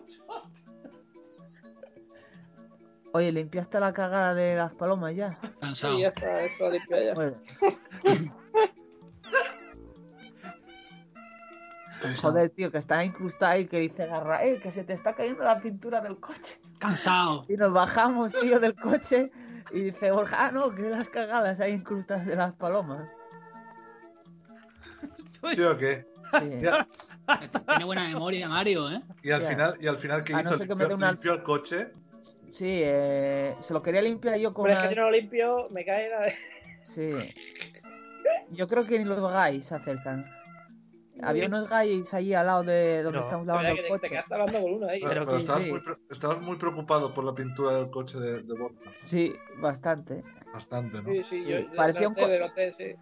Oye, limpiaste la cagada de las palomas ya. Sí, ya está, está limpia ya. Bueno. Joder, tío, que está incrustada y que dice garra, eh, que se te está cayendo la cintura del coche. Cansado. Y nos bajamos, tío, del coche y dice, Borja, ah, no, que las cagadas hay incrustadas de las palomas. ¿Sí o qué? Y al, Tiene buena memoria, Mario, ¿eh? y al Ya. final, y al final ¿qué A hizo? no ser que me dé limpió, una- limpió el coche. Sí, eh, se lo quería limpiar yo con Pero es que una- si no lo limpio, me cae la. Sí. Yo creo que ni los gays se acercan. Había unos gays allí al lado de donde No, estamos pero lavando que el te- coche. te quedaste hablando con uno Pero, pero estabas, Muy, pre- estabas muy preocupado por la pintura del coche de, de Borja. Sí, bastante. Bastante, ¿no? Sí, sí, yo. yo parecía un delante co- del hotel, sí.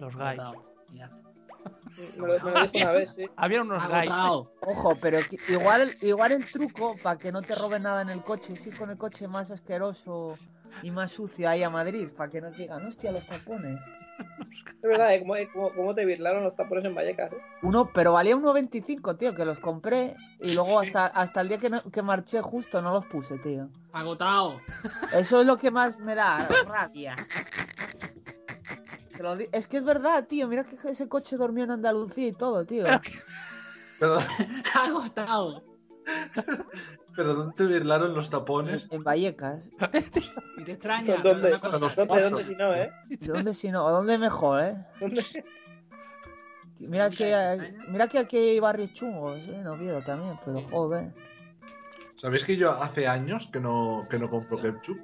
Los gays. Me lo, me lo dijo una vez, sí. Había unos gays. Ojo, pero que- igual, igual el truco para que no te roben nada en el coche, sí con el coche más asqueroso y más sucio ahí a Madrid, para que no te digan, hostia, los tapones. Es verdad, ¿eh? ¿Cómo, cómo, cómo te virlaron los tapones en Vallecas? eh? Uno, pero valía 1.25, tío, que los compré y luego hasta, hasta el día que, no- que marché justo no los puse, tío. Agotado. Eso es lo que más me da rabia. Se lo di- Es que es verdad, tío. Mira que ese coche dormió en Andalucía y todo, tío. Pero, Agotado. pero ¿dónde te virlaron los tapones? En Vallecas. Y te extraña. ¿Dónde? pero una cosa- ¿Dónde? ¿Dónde? ¿Dónde si no, eh? ¿Dónde si no? ¿Dónde mejor, eh? Mira que, mira que aquí hay barrios chungos, eh, en Oviedo también, pero joder. ¿Sabéis que yo hace años que no, que no compro ketchup?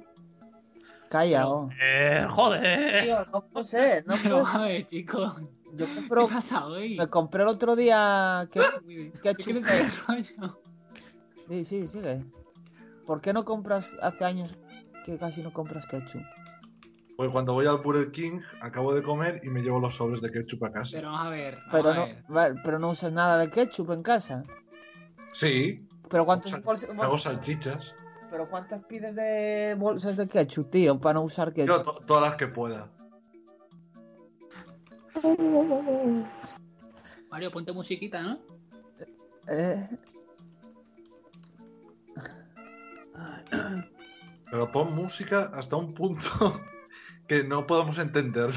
Calla, oh. Eh, joder. Tío, no puede ser, no puede ser. chico. Yo compro, Me compré el otro día que, que Sí, sí, sigue. ¿Por qué no compras hace años que casi no compras ketchup? Pues cuando voy al Burger King, acabo de comer y me llevo los sobres de ketchup a casa. Pero vamos a ver. vamos Pero a no, ver. va- pero no usas nada de ketchup en casa. Sí, Pero cuántos bols- hago salchichas. pero cuántas pides de bolsas de ketchup, tío, para no usar Yo ketchup. to- todas las que pueda. Mario, ponte musiquita, ¿no? Eh, Pero pon música hasta un punto que no podamos entender.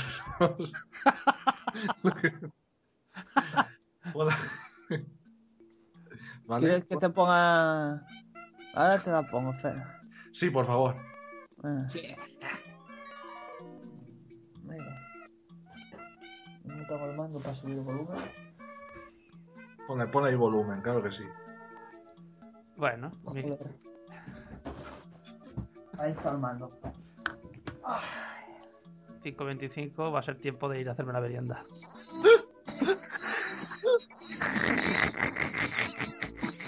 Hola. Vale. ¿Quieres que te ponga? Ahora te la pongo, espera. Sí, por favor. Ah. Sí. Venga. No tengo el mando para subir el volumen. Pon, pon ahí volumen, claro que sí. Bueno, Joder. Ahí está el mando. 5.25 va a ser tiempo de ir a hacerme la merienda.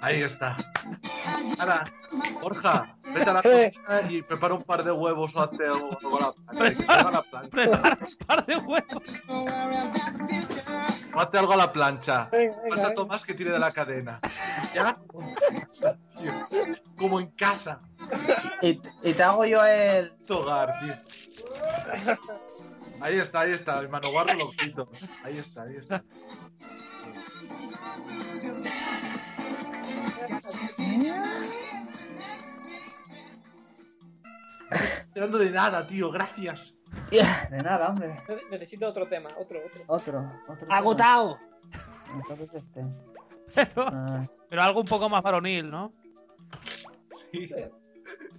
Ahí está. Ahora, Borja, vete a la cocina y prepara un par de huevos o hazte algo con la plancha. Prepara, un par de huevos. O hazte algo a la plancha. Venga, venga, Pasa a venga. Tomás que tire de la cadena. ¿Ya? Como en casa. Y, y te hago yo el. Hogar, tío. Ahí está, ahí está, el manoguar de los pitos. Ahí está, ahí está. Esperando de nada, tío, gracias. De nada, hombre. Ne- Necesito otro tema, otro, otro. Otro, otro. Agotado. tema. Entonces este. Ah. Pero algo un poco más varonil, ¿no?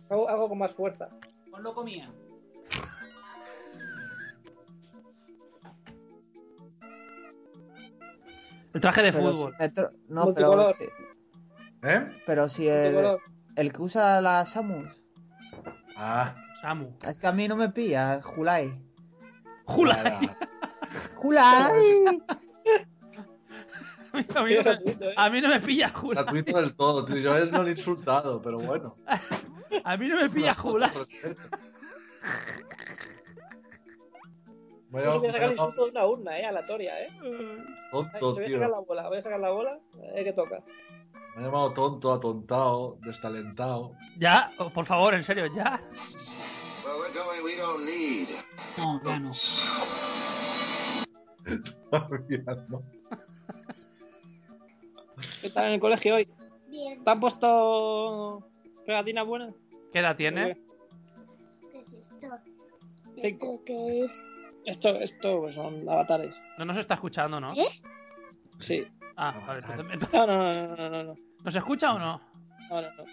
Hago, hago con más fuerza. Pues lo comía. El traje de Pero fútbol. si me tro- no, pero Multicolor. si... ¿Eh? Pero si el, Multicolor. el que usa la Samus. Ah. Samu. Es que a mí no me pilla, Julai. Julai. Julai. A mí, no me, a mí no me pilla Julai. Gratuito del todo, tío. Yo a él no le he insultado, pero bueno. A mí no me pilla Julai. Voy Yo a- sí voy a sacar el voy a- insulto de una urna, eh, aleatoria, eh. Ay, tonto, se voy a sacar la tío. bola, voy a sacar la bola, eh, que toca. Me ha llamado tonto, atontado, destalentado. Ya, oh, por favor, en serio, ya. No, ya no. Todavía no. ¿Qué tal en el colegio hoy? Bien. ¿Te han puesto pegatina buena? ¿Qué edad tiene? ¿Qué es esto? Cinco. ¿Qué es? Esto, esto pues, son avatares. No nos está escuchando, ¿no? Sí. Ah, vale, entonces. No, no, no, no, no, no, no. ¿Nos escucha o no? No, no, no.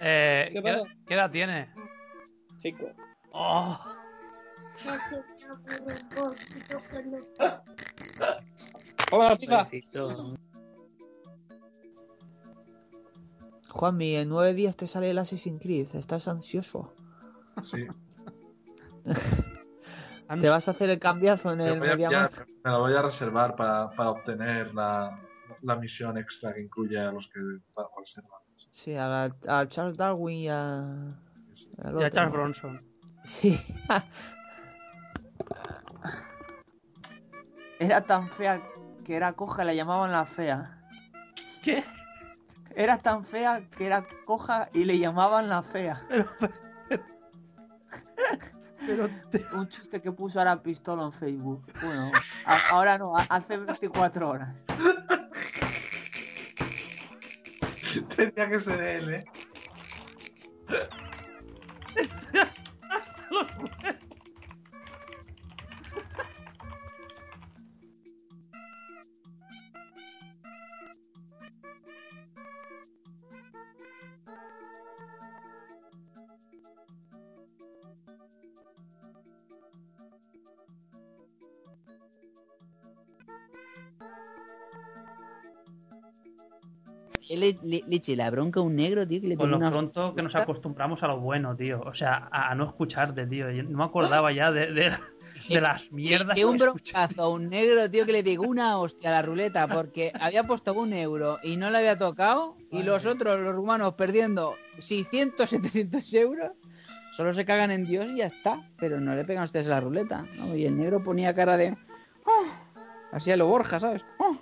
Eh, ¿Qué ¿qué, pasa? qué edad tiene? Cinco. Oh, Vamos a la FIFA. Juanmi, en nueve días te sale el Assassin's Creed. Estás ansioso. Sí. Te vas a hacer el cambiazo en Me, el voy a Media pillar- Markt? me la voy a reservar para, para obtener la, la misión extra que incluye a los que va- reservan. Sí, a, la- a Charles Darwin y a. al ya otro, ¿no? Charles Bronson. Sí. Era tan fea que era coja, la llamaban la fea. ¿Qué? Era tan fea Ah, que era coja y le llamaban la fea. Un chiste que puso ahora pistola en Facebook. Bueno, a- ahora no, a- hace 24 horas. Tendría que ser él, ¿eh? Él le, le- le eche la bronca a un negro, tío, que le Con pone lo una pronto que nos hostia. acostumbramos a lo bueno, tío. O sea, a, a no escucharte, tío. Yo no me acordaba ya de, de- de las mierdas. Que eh, un que- broncazo a un negro, tío, que le pegó una hostia a la ruleta porque había puesto un euro y no le había tocado y los otros, los rumanos, perdiendo 600, 700 euros, solo se cagan en Dios y ya está. Pero no le pegan ustedes a la ruleta. ¿no? Y el negro ponía cara de... "Oh", así a lo Borja, ¿sabes? "Oh".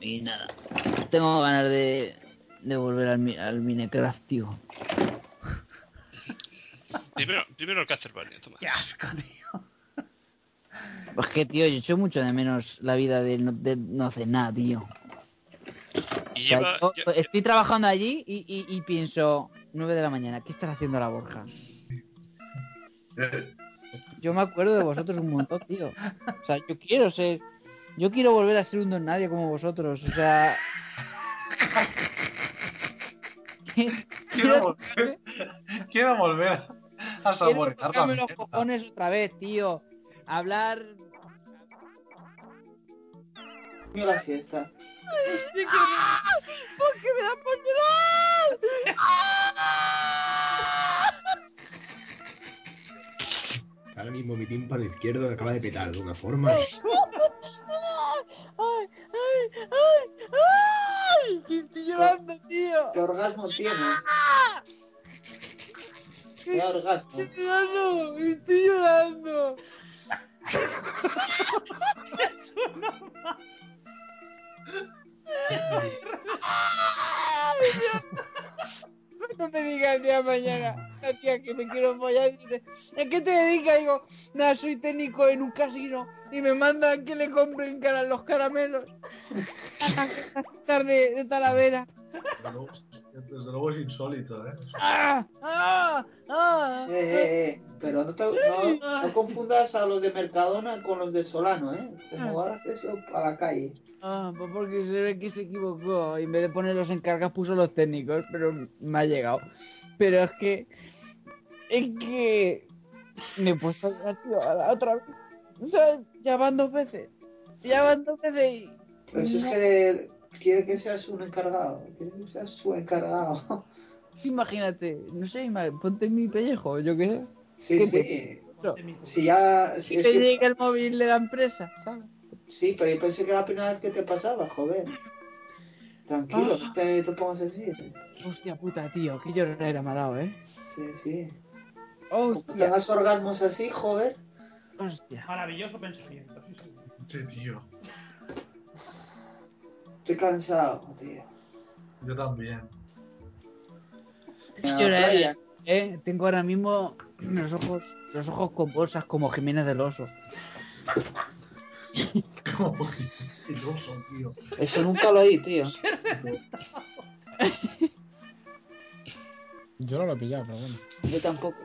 Y nada. Tengo ganas de, de volver al, mi- al Minecraft, tío. Primero, primero el Castlevania, toma. Qué asco, tío. Es que, tío, yo echo mucho de menos la vida de no, de no hacer nada, tío. Y O sea, lleva, yo lle- estoy trabajando allí y, y- y pienso, 9 de la mañana, ¿qué estará haciendo la Borja? Eh, Yo me acuerdo de vosotros un montón, tío. O sea, yo quiero ser. Yo quiero volver a ser un don nadie como vosotros. O sea. Quiero volver, quiero volver a Quiero saborear la tocarme los mierda. cojones otra vez, tío. Hablar. Yo la siesta. ¡Porque me da por llorar! Ahora mismo mi tímpano izquierdo acaba de petar de una forma. ¡Ay, ay, ay! ¡Ay! Que estoy llorando, tío! ¡Ah! ¿Qué orgasmo tienes? ¿Qué orgasmo? ¡Estoy llorando! ¡Estoy llorando! ¡Es una ma- ¡Ay, Dios! No me digas el día de mañana, la tía que me quiero follar, dice, ¿a qué te dedicas? Digo, nada, soy técnico en un casino y me mandan que le compren cara- los caramelos tarde de Talavera. Desde luego- Desde luego es insólito, ¿eh? ¡Ah! ¡Ah! ¡Ah! Eh, eh, eh, pero no, te- no- no confundas a los de Mercadona con los de Solano, ¿eh? Como hagas eso, a la calle. Ah, pues porque se ve que se equivocó. En vez de poner los encargas puso los técnicos, pero me ha llegado. Pero es que... Es que... Me he puesto a llorar, tío, a la otra vez. O sea, ya van dos veces. Ya van dos veces y... Pero Pues si Pues es que quiere que seas un encargado, quiere que seas su encargado. Imagínate, no sé, ima- ponte en mi pellejo, yo qué sé. Sí, ¿Qué sí. te- Si ya. Si Que es te que- llega el móvil de la empresa, ¿sabes? Sí, pero yo pensé que era la primera vez que te pasaba, joder. Tranquilo, no te, te pongas así. Hostia puta, tío, qué llorera me ha dado, ¿eh? Sí, sí. Hostia. Tengas orgasmos así, joder. Hostia. Maravilloso pensamiento. sí, sí. Sí, tío. Estoy cansado, tío. Yo también. Qué llorera, ¿eh? Tengo ahora mismo los ojos, los ojos con bolsas como Jiménez del Oso. Filoso, tío. Eso nunca lo oí, tío. Yo no lo he pillado, pero bueno. Yo tampoco.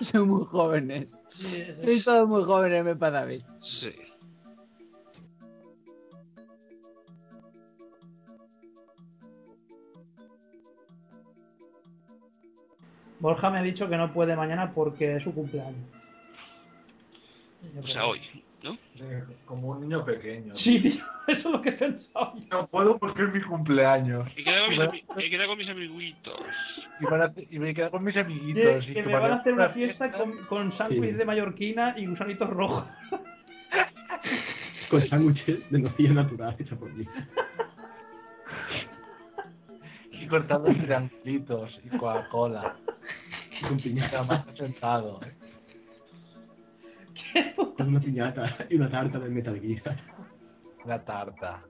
Soy muy jóvenes. Soy todos muy jóvenes, me pasa a mí. Sí. Borja me ha dicho que no puede mañana porque es su cumpleaños. O sea, hoy, ¿no? Como un niño pequeño. Sí, tío, eso es lo que he pensado. No puedo porque es mi cumpleaños. He quedado con mis, ami- he quedado con mis amiguitos. Y, van a hacer- y me quedo con mis Que, amiguitos. y que me van van a hacer una fiesta con, con sándwich Sí. de mallorquina y gusanitos rojos. Con sándwiches de nocilla natural hecha por mí. Y cortando triangulitos y Coca-Cola. Con piñata. ¿eh? Nada más sentado. Con una piñata y una tarta de Metal Gear. La tarta.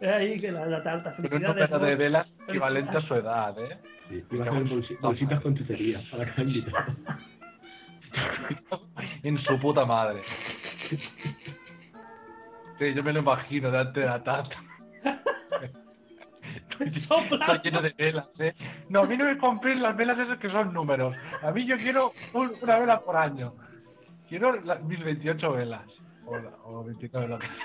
Eh, Ahí, que la, la tarta. Pero una Felicidades, pena de Borja. velas equivalente a su edad, ¿eh? Sí, iba a hacer bolsi- bolsitas con chuchería para cada invitado. En su puta madre. Sí, yo me lo imagino delante de la tarta. Está lleno de velas, ¿eh? No, a mí no me compréis las velas esas que son números. A mí yo quiero un- una vela por año. Quiero las 1028 velas. O, la- o 29, lo que sea.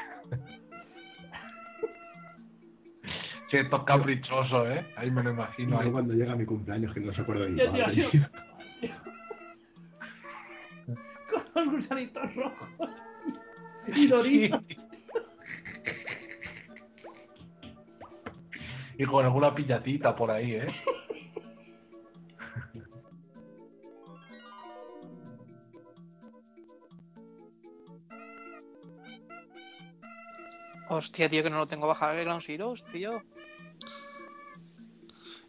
Sí, esto es caprichoso, ¿eh? Ahí me lo imagino. Yo ahí. cuando llega mi cumpleaños, que no se acuerda de mi Ya, ya, padre. sí. tío. Con los gusanitos rojos. Y Doritos. Y con alguna pillatita por ahí, ¿eh? Hostia, tío, que no lo tengo bajado el Ground Zeroes, tío.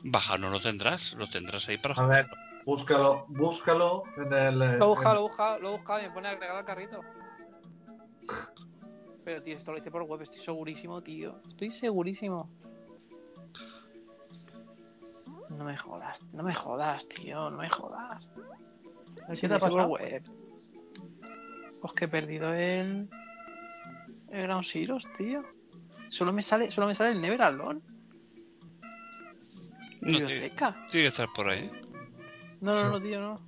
Baja, no lo tendrás, lo tendrás ahí para A ver, búscalo, búscalo en el. eh, Lo he buscado, en- lo he buscado, lo he buscado y me pone a agregar al carrito. Pero, tío, esto lo hice por web, estoy segurísimo, tío. Estoy segurísimo. No me jodas, no me jodas, tío, no me jodas. ¿Qué Sí, te ha lo hice por pasado? web. Pues que he perdido el. El Ground Zeroes, tío. Solo me sale, solo me sale el Never Alone. No, tiene, tiene que estar por ahí. No, no, no, tío, no.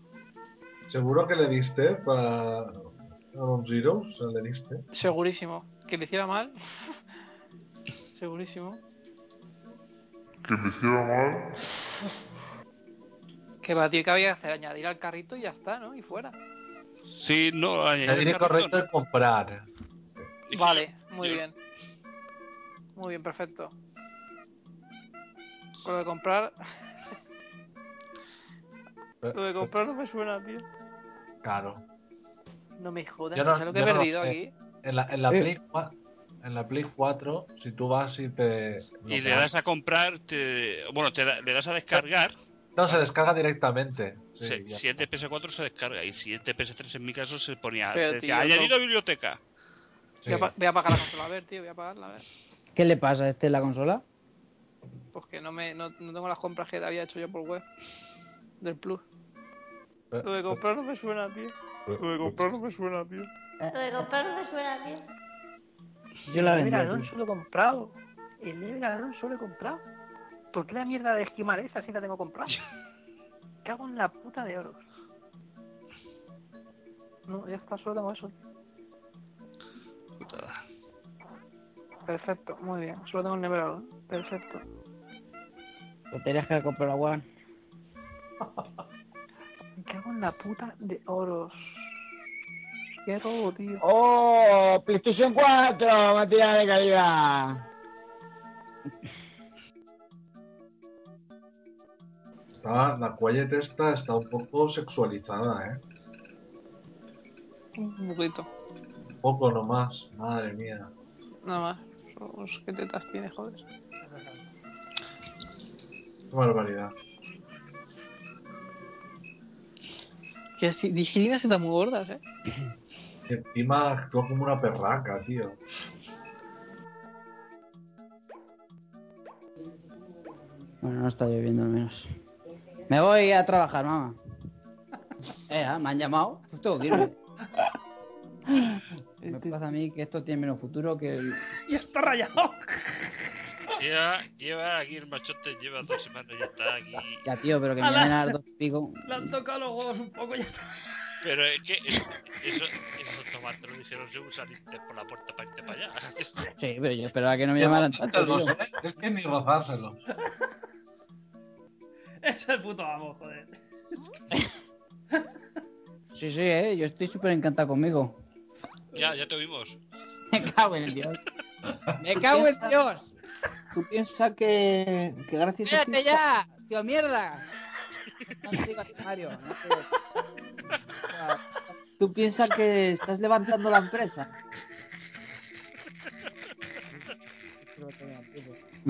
Seguro que le diste para. Ground Zeroes, le diste. Segurísimo. Que le hiciera mal. Segurísimo. Que me hiciera mal. Que va, tío, que había que hacer añadir al carrito y ya está, ¿no? Y fuera. Sí, no, añadir Añadir el cartón. correcto es comprar. Vale, muy bien. Muy bien, perfecto. Con lo de comprar. lo de comprar no me suena, tío. Claro. No me jodas, Yo no- ¿sabes lo que he yo no lo perdido sé. aquí? En la, en la Eh. Play 4, en la Play 4, si tú vas y te. Y lo le das a comprar, te- bueno, te da- le das a descargar. No, se descarga directamente. Sí, se- ya. si es de PS4 se descarga y si es de PS3 en mi caso se ponía Pero, decía, tío, añadido no. biblioteca. Voy, a, pa- voy a apagar la consola, a ver, tío, voy a apagarla, a ver. ¿Qué le pasa a este en la consola? Pues que no, me, no, no tengo las compras que había hecho yo por web. Del Plus. Eh, Lo de comprar no me suena, tío. Lo de comprar no me suena, tío. Lo de comprar no me suena, tío. Yo la vendí. El pues Alonso solo he comprado. El Never Alonso solo he comprado. ¿Por qué la mierda de esquimal esa si la tengo comprada? Cago en la puta de oro. No, ya está, solo tengo eso. Perfecto, muy bien. Solo tengo el Never Alone. Perfecto. Lo tenías Pues que comprar a One. Me cago en la puta de oros. Qué robo, tío. ¡Oh! PlayStation 4, material de calidad. Está- la Quiet esta está un poco sexualizada, ¿eh? Oh, Un poquito. Un poco nomás, madre mía. Nada más. Somos- ¿Qué tetas tiene, joder? Qué barbaridad. Que las digilinas están muy gordas, eh. Y encima actúa como una perraca, tío. Bueno, no está lloviendo al menos. Me voy a trabajar, mamá. Eh, ah, me han llamado. Pues tengo que irme. Me pasa a mí que esto tiene menos futuro que el... Ya está rayado. Lleva, lleva aquí el machote, lleva dos semanas ya está aquí. Ya, tío, pero que me Ala. llamen a las dos y pico. Le han tocado los huevos un poco ya está. Pero es que eso, eso, esos tomates lo dijeron según saliste por la puerta para irte para allá. Sí, pero yo esperaba que no me llamaran tanto, tío. Es que ni rozárselo. Es el puto amo, joder. Sí, sí, eh, yo estoy súper encantado conmigo. Ya, ya te vimos. Me cago en Dios. Me cago en Dios. Tú piensas que, que gracias a Espérate ti... ya, tío, mierda. No te digo así, Mario. no te- Tú piensas que estás levantando la empresa. No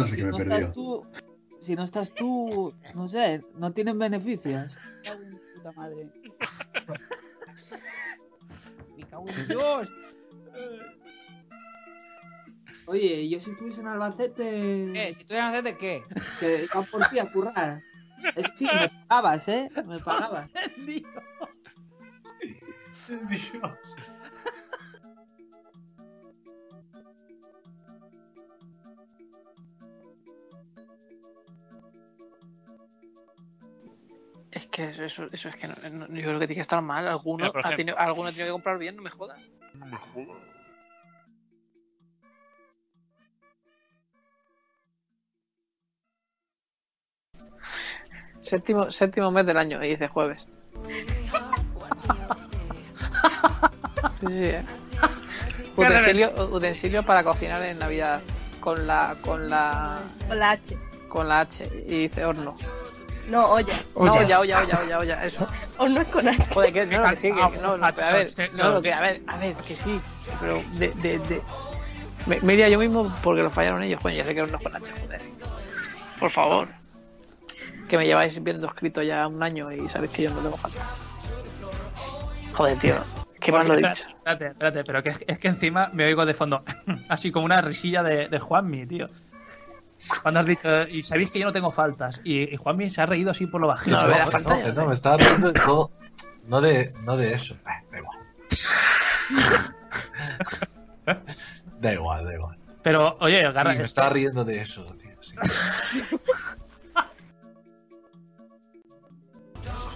sé qué me no he estás perdido. tú, si no estás tú, no sé, no tienes beneficios. Puta madre. cago en Dios. Oye, yo si estuviese en Albacete. ¿Qué? ¿Si estuviese en Albacete qué? Que iba por ti a currar. Es sí, me pagabas, ¿eh? Me pagabas. Dios. Dios. Es que eso, eso, eso es que no, no- yo creo que tiene que estar mal. Alguno, Pero, por ha ejemplo- tenido, alguno ha tenido que comprar bien, no me jodas. No me jodas. Séptimo, séptimo mes del año, y dice jueves. Sí, sí, eh. utensilio, utensilio para cocinar en Navidad con la con la Con la H. con la H y dice horno. No, olla. No, olla, olla, olla, olla, olla, eso. Horno es con H. Joder, que no, que sí, que no, no, pero a ver, no, lo que, a ver, a ver, que sí, pero de, de, de... Me, me iría yo mismo porque lo fallaron ellos, coño, ya sé que no es con H, joder. Por favor. Que me lleváis viendo escrito ya un año y sabéis que yo no tengo faltas. Joder, tío, qué mal lo he Pues Espera- dicho. Espérate, espérate, pero que es, es que encima me oigo de fondo, así como una risilla de, de Juanmi, tío. Cuando has dicho, eh, y sabéis que yo no tengo faltas, y, y Juanmi se ha reído así por lo bajito. No, no, no, no, me estaba hablando de todo. No de, no de eso. Ah, da igual. da igual, da igual. Pero, oye, Garra, Sí, eh, Este- me es- estaba riendo de eso, tío. sí.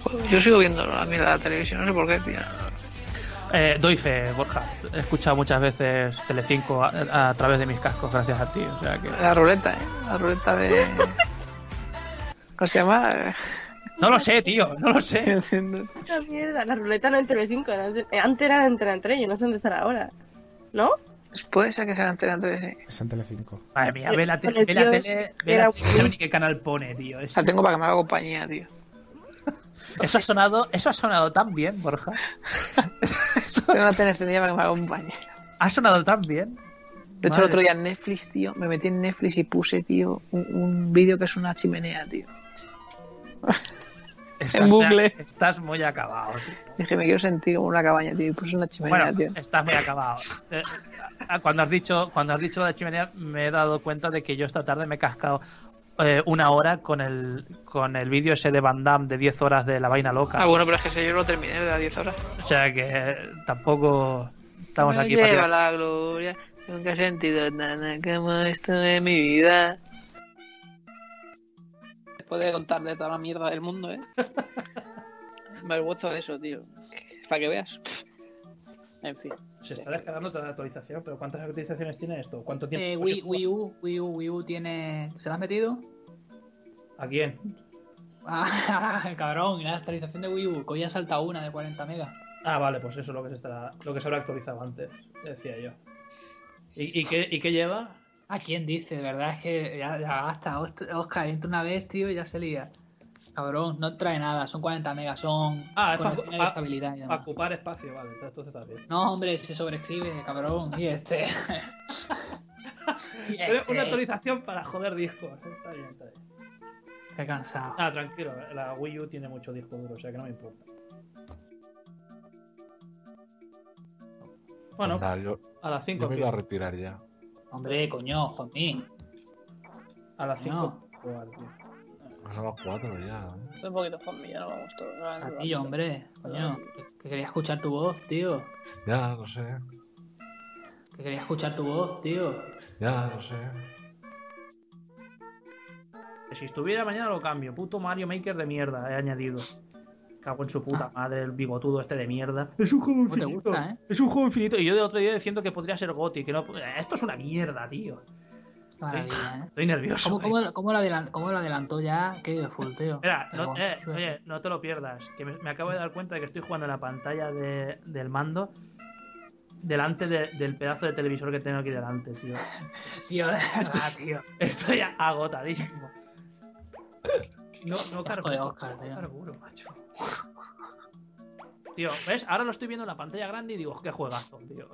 Joder, Yo sigo viendo la mierda de la televisión, no sé por qué, tío. Eh, doy fe, Borja. He escuchado muchas veces Telecinco a, a través de mis cascos gracias a ti, o sea que... La ruleta, eh, la ruleta de... ¿Cómo se llama? No lo sé, tío, no lo sé. La mierda, la ruleta no en Telecinco. Antes eh, antes era en Antena 3, yo no sé dónde estará ahora. ¿No? Pues Puede ser que sea Antena 3, sí. Es en Telecinco. Madre mía, ve la, te- Con el ve la tío tele, ese ve era la tele, no sé ni qué canal pone, tío. es- La tengo para que me haga compañía, tío. Eso ha sonado, eso ha sonado tan bien, Borja. Tengo una tele encendida para que me haga compañía. Ha sonado tan bien. De hecho, el otro día en Netflix, tío, me metí en Netflix y puse, tío, un, un vídeo que es una chimenea, tío. en bucle. Estás muy acabado, tío. Dije, me quiero sentir como una cabaña, tío, y puse una chimenea, Bueno, tío. estás muy acabado. Eh, ah, Cuando has dicho, cuando has dicho la chimenea, me he dado cuenta de que yo esta tarde me he cascado eh, una hora con el con el vídeo ese de Van Damme de 10 horas de la vaina loca. Ah, bueno, pero es que eso yo lo terminé de las 10 horas. O sea que eh, tampoco estamos Me aquí para lleva tirar- la gloria, nunca he sentido nada como esto en mi vida. Después de contar de toda la mierda del mundo, ¿eh? me avergüenzo de eso, tío. Para que veas. En fin. Se está descargando toda la actualización, pero ¿cuántas actualizaciones tiene esto? ¿Cuánto tiempo? Pues Eh, Wii, Wii U, Wii U, Wii U tiene. ¿Se la has metido? ¿A quién? Ah, cabrón, la actualización de Wii U, que hoy ha saltado una de 40 megas. Ah, vale, pues eso es lo que se, estará, lo que se habrá actualizado antes, decía yo. ¿Y, y qué, ¿Y qué lleva? ¿A Ah, quién dice? De verdad es que ya, ya basta. Ost- Oscar, entra una vez, tío, y ya se lía. Cabrón, no trae nada, son 40 megas, son Ah, es conexiones para de estabilidad y demás. ocupar espacio, vale, entonces está bien. No, hombre, se sobrescribe, cabrón. Y este. Y Pero este. Una actualización para joder discos, eh, está bien, está bien. Qué cansado. Ah, tranquilo, la Wii U tiene mucho disco duro, o sea que no me importa. Bueno, Pues nada, yo, a las 5 yo me iba a retirar ya. Hombre, coño, Juanmi. A las Coño. 5 jugar, tío. Pues a las 4 ya. ¿eh? Un poquito Juanmi, ya no vamos todos. A ti, hombre, coño. Que quería escuchar tu voz, tío. Ya, no sé. Que quería escuchar tu voz, tío. Ya, no sé. Si estuviera mañana lo cambio, puto Mario Maker de mierda, he añadido. Cago en su puta madre, el bigotudo este de mierda. Es un juego Ah. te infinito. gusta, ¿eh? Es un juego infinito. Y yo de otro día diciendo que podría ser Gothic, que no. Esto es una mierda, tío. Maravilla, ¿eh? Estoy nervioso. ¿Cómo, eh. cómo, cómo lo, adelan- cómo lo adelantó ya? Qué full, tío. Espera, Pero no, bueno, eh, oye, no te lo pierdas. Que me, me acabo de dar cuenta de que estoy jugando en la pantalla de- del mando delante de- del pedazo de televisor que tengo aquí delante, tío. Tío, de verdad, tío. Estoy agotadísimo. No, no Qué asco cargo. de Oscar, tío. no carburo, macho. Tío, ¿ves? Ahora lo estoy viendo en la pantalla grande y digo, qué juegazo, tío.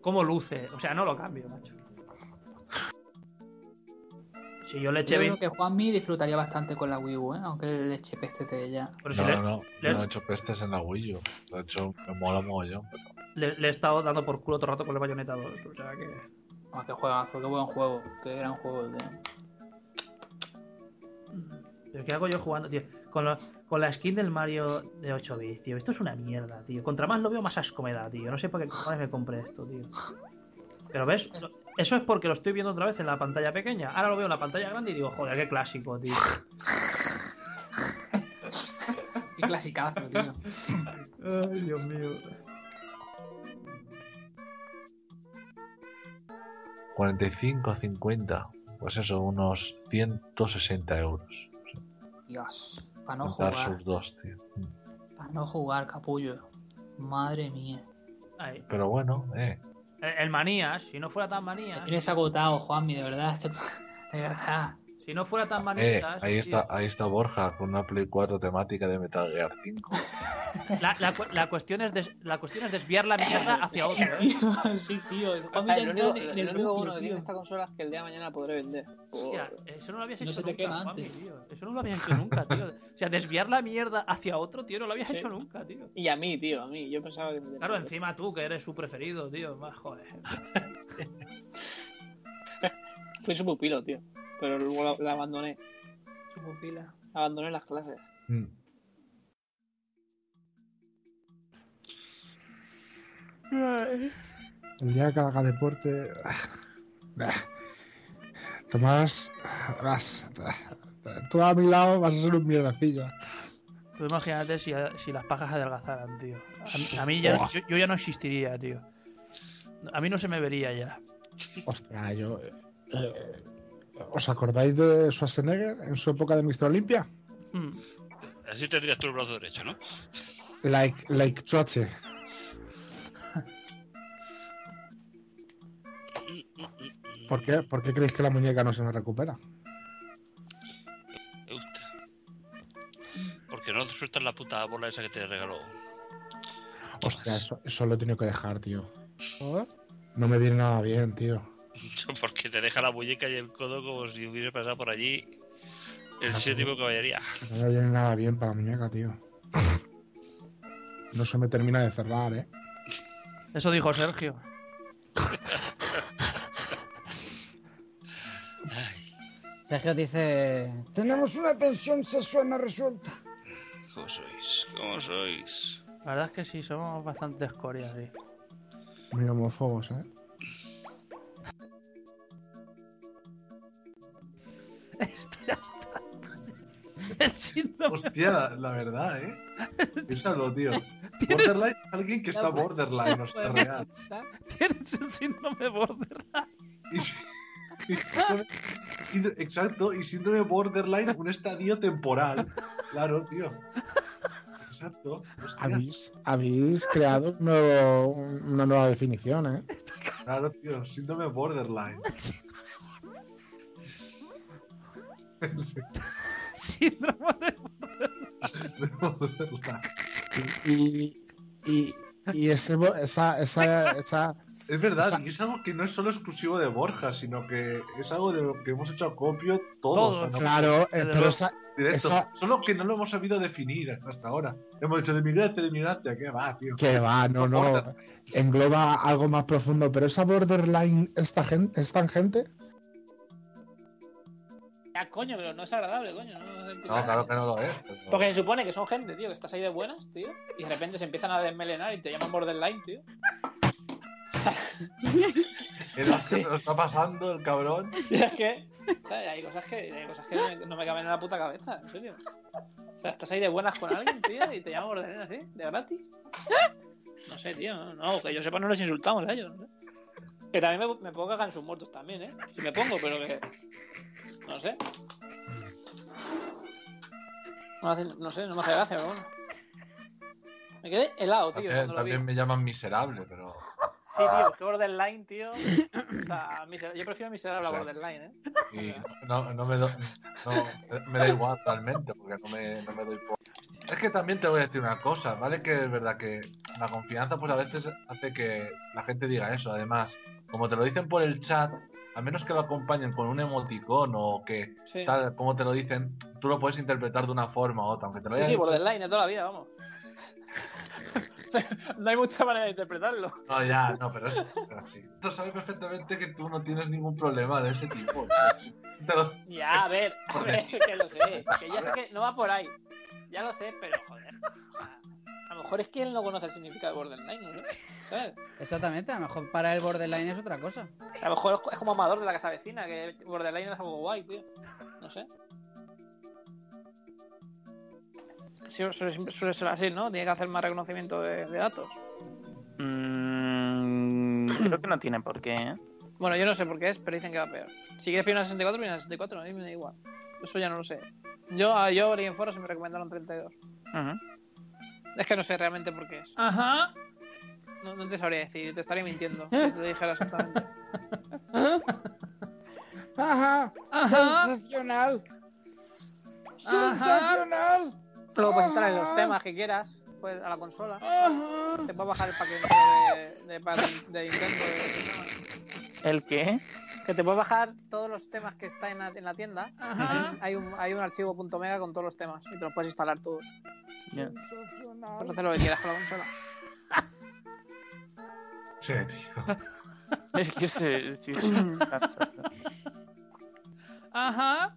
Cómo luce. O sea, no lo cambio, macho. Si yo le eché Yo creo 20... que Juanmi disfrutaría bastante con la Wii U, ¿eh? aunque le eche peste de ella. Pero no, le- no, no, le- no he hecho pestes en la Wii U. De hecho, me mola mogollón. Pero... le, le he estado dando por culo todo el rato con el bayoneta 2. O sea que. Ah, qué juegazo, qué buen juego, qué gran juego. el de- mm. Pero ¿Qué hago yo jugando, tío? Con, lo- con la skin del Mario de 8 bits, tío. Esto es una mierda, tío. Contra más lo veo, más asco me da, tío. No sé por qué cojones me compré esto, tío. Pero ves, Lo- eso es porque lo estoy viendo otra vez en la pantalla pequeña. Ahora lo veo en la pantalla grande y digo, joder, qué clásico, tío. Qué clasicazo, tío. Ay, Dios mío. 45, 50. Pues eso, unos 160 euros. Dios. Para no Dark jugar. Souls 2, tío. Mm. Para no jugar, capullo. Madre mía. Ay, Pero bueno, eh. el, el manías, si no fuera tan Me manías. tienes agotado, Juanmi, de verdad. es que tú- De verdad. Si no fuera tan Eh, manías. ahí tío. está, ahí está Borja con una Play 4 temática de Metal Gear 5. La, la cu- la cuestión es des- la cuestión es desviar la mierda hacia otro. ¿eh? Sí, tío. El Juanmi Ah, Ay, ya lo entró único, en lo- el lo único bueno núcleo, que tiene tío. esta consola es que el día de mañana podré vender. Hostia, eso no lo habías No hecho se te nunca, quema Juanmi, antes. tío. Eso no lo habías hecho nunca, tío. O sea, desviar la mierda hacia otro, tío, no lo habías Sí. hecho nunca, tío. Y a mí, tío, a mí. Yo pensaba que. Claro, encima tú, que eres su preferido, tío. Más joder. Fui su pupilo, tío. Pero luego la, la abandoné. Su pupila. Abandoné las clases. El día que haga deporte. bah, Tomás, vas. Tú a mi lado vas a ser un mierdecilla. Tú imagínate si, si las pajas adelgazaran, tío. A, mí- a mí ya, Buah. yo, yo ya no existiría, tío. A mí no se me vería ya. Hostia, yo. eh, ¿Os acordáis de Schwarzenegger en su época de Mr. Olimpia? Hmm. Así tendrías tú el brazo derecho, ¿no? Like, like Chuache. ¿Por qué, ¿Por qué creéis que la muñeca no se me recupera? Porque no sueltas la puta bola esa que te regaló. Hostia, eso, eso lo he tenido que dejar, tío. No me viene nada bien, tío. Porque te deja la muñeca y el codo como si hubiese pasado por allí el séptimo caballería. Ah, No me viene nada bien para la muñeca, tío. No se me termina de cerrar, ¿eh? Eso dijo Sergio. Sergio dice: Tenemos una tensión sexual no resuelta. ¿Cómo sois? ¿Cómo sois? La verdad es que sí, somos bastante escoria, sí. Muy homófobos, ¿eh? El síndrome. Hostia, la, la verdad, eh. Piénsalo, tío. Tienes- Borderline es alguien que está borderline, o sea, real. Tienes el síndrome borderline. Síndrome- Exacto, y síndrome borderline, un estadio temporal. Claro, tío. Exacto. Habéis, habéis creado un nuevo- una nueva definición, ¿eh? Claro, tío, síndrome borderline. Síndrome de Y, y, y ese, bo- esa, esa, esa, Es verdad, Esa- y es algo que no es solo exclusivo de Borja, sino que es algo de lo que hemos hecho acopio Todos, todos. o sea, no- claro, eh, Desde pero luego, esa- directo. esa- Solo que no lo hemos sabido definir hasta ahora. Hemos dicho de migrante, de migrante, ¿qué va, tío? Que va, no, no. Engloba algo más profundo, pero esa borderline esta gente, es tan gente. Ya, coño, pero no es agradable, coño. No, no, No, claro que no lo es. Porque se supone que son gente, tío, que estás ahí de buenas, tío. Y de repente se empiezan a desmelenar y te llaman borderline, tío. Es lo que se nos está pasando el cabrón. Y es que, ¿sabes? Hay cosas que, hay cosas que no me- no me caben en la puta cabeza, en serio. O sea, estás ahí de buenas con alguien, tío, y te llaman borderline así, de gratis. No sé, tío, no, no, que yo sepa, no les insultamos a ellos. ¿no? Que también me, me pongo cagar en sus muertos también, ¿eh? Si me pongo, pero que. No sé. No, hace- no sé, no me hace gracia, pero bueno. Me quedé helado, tío, También, cuando lo vi. también me Ah. llaman miserable, pero. Sí, tío, es que borderline, tío. O sea, miser- yo prefiero miserable a Sí. borderline, ¿eh? y no, no me, do- no, me da igual realmente, porque no me, no me doy por. Es que también te voy a decir una cosa, ¿vale? Que es verdad que la confianza, pues a veces hace que la gente diga eso. Además, como te lo dicen por el chat, a menos que lo acompañen con un emoticón o que Sí. tal, como te lo dicen, tú lo puedes interpretar de una forma u otra, aunque te lo Sí, hayan sí, dicho- borderline de toda la vida, vamos. no hay mucha manera de interpretarlo. No, ya, no, pero es pero así. Tú sabes perfectamente que tú no tienes ningún problema de ese tipo. Te lo- Ya, a ver, a ver, que lo sé. Que ya sé que no va por ahí. Ya lo sé, pero joder. A lo mejor es que él no conoce el significado de borderline, ¿no? ¿Sabes? Exactamente, a lo mejor para el borderline es otra cosa. A lo mejor es como amador de la casa vecina, que borderline es algo guay, tío. No sé. Sí, suele, suele ser así, ¿no? Tiene que hacer más reconocimiento de, de datos. Mm, creo que no tiene por qué, ¿eh? Bueno, yo no sé por qué es, pero dicen que va peor. Si quieres pedir una 64, pide una 64, a mí me da igual. Eso ya no lo sé. Yo, a- yo leí en foros y me recomendaron 32. Es que no sé realmente por qué es. Ajá. No, no te sabría decir, te estaría mintiendo si te dijera exactamente. Ajá, sensacional. Sensacional. Luego puedes instalar los Ajá. temas que quieras pues, a la consola. Te puedes bajar el paquete de, de, pa- de Nintendo. ¿El qué? Que te puedes bajar todos los temas que está en la, en la tienda. Ajá. Hay un, hay un archivo .mega con todos los temas y te los puedes instalar todos. Ya. Puedes hacer lo que quieras con la consola. Sí, tío. Es que se... sí. Ajá.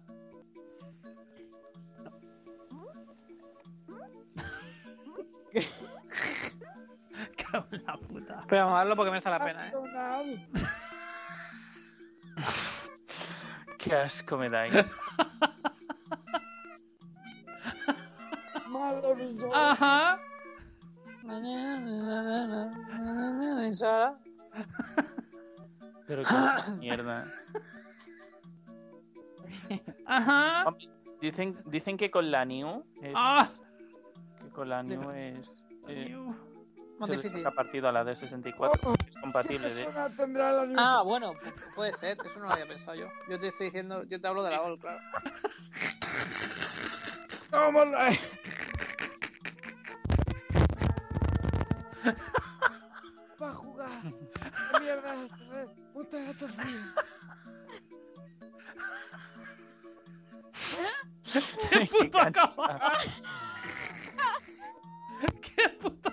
Cago en la puta. Pero vamos a verlo porque merece la pena, ¿eh? Qué asco me dais. Maravilloso. Ajá. Pero qué mierda. Ajá. Dicen, dicen que con la new es- Ah. que con la new es eh, Más se le difícil. saca partido a la de Oh, 64 que es compatible de hecho. Ah, bueno, pu- puede ser, eso no lo había pensado yo. Yo te estoy diciendo, yo te hablo de la OL, claro. ¿Cómo lo Para jugar. ¿Qué mierda es esta, eh? Puta gato frío. ¡Qué puto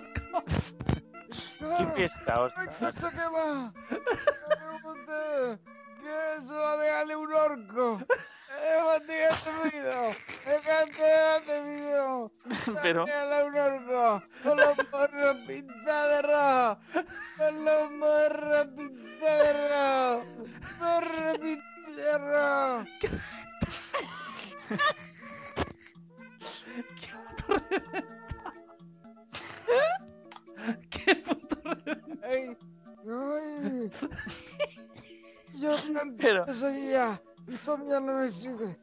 Ah. cabrón! Qué pesados, ¡Ay, chaval. esto que va! ¡Pregunté! ¡Que se lo regale un orco! ¡Eh, bandida de ruido! ¡Eh, cantera de video! Pero- ¡Regale un orco! ¡Con los morros pintados de rojo! ¡Con los morros pintados de rojo! ¡Morros pintados de rojo! ¡Ay! ¡Ay! Yo Pero- tanto seguía y tú ya no me sigues.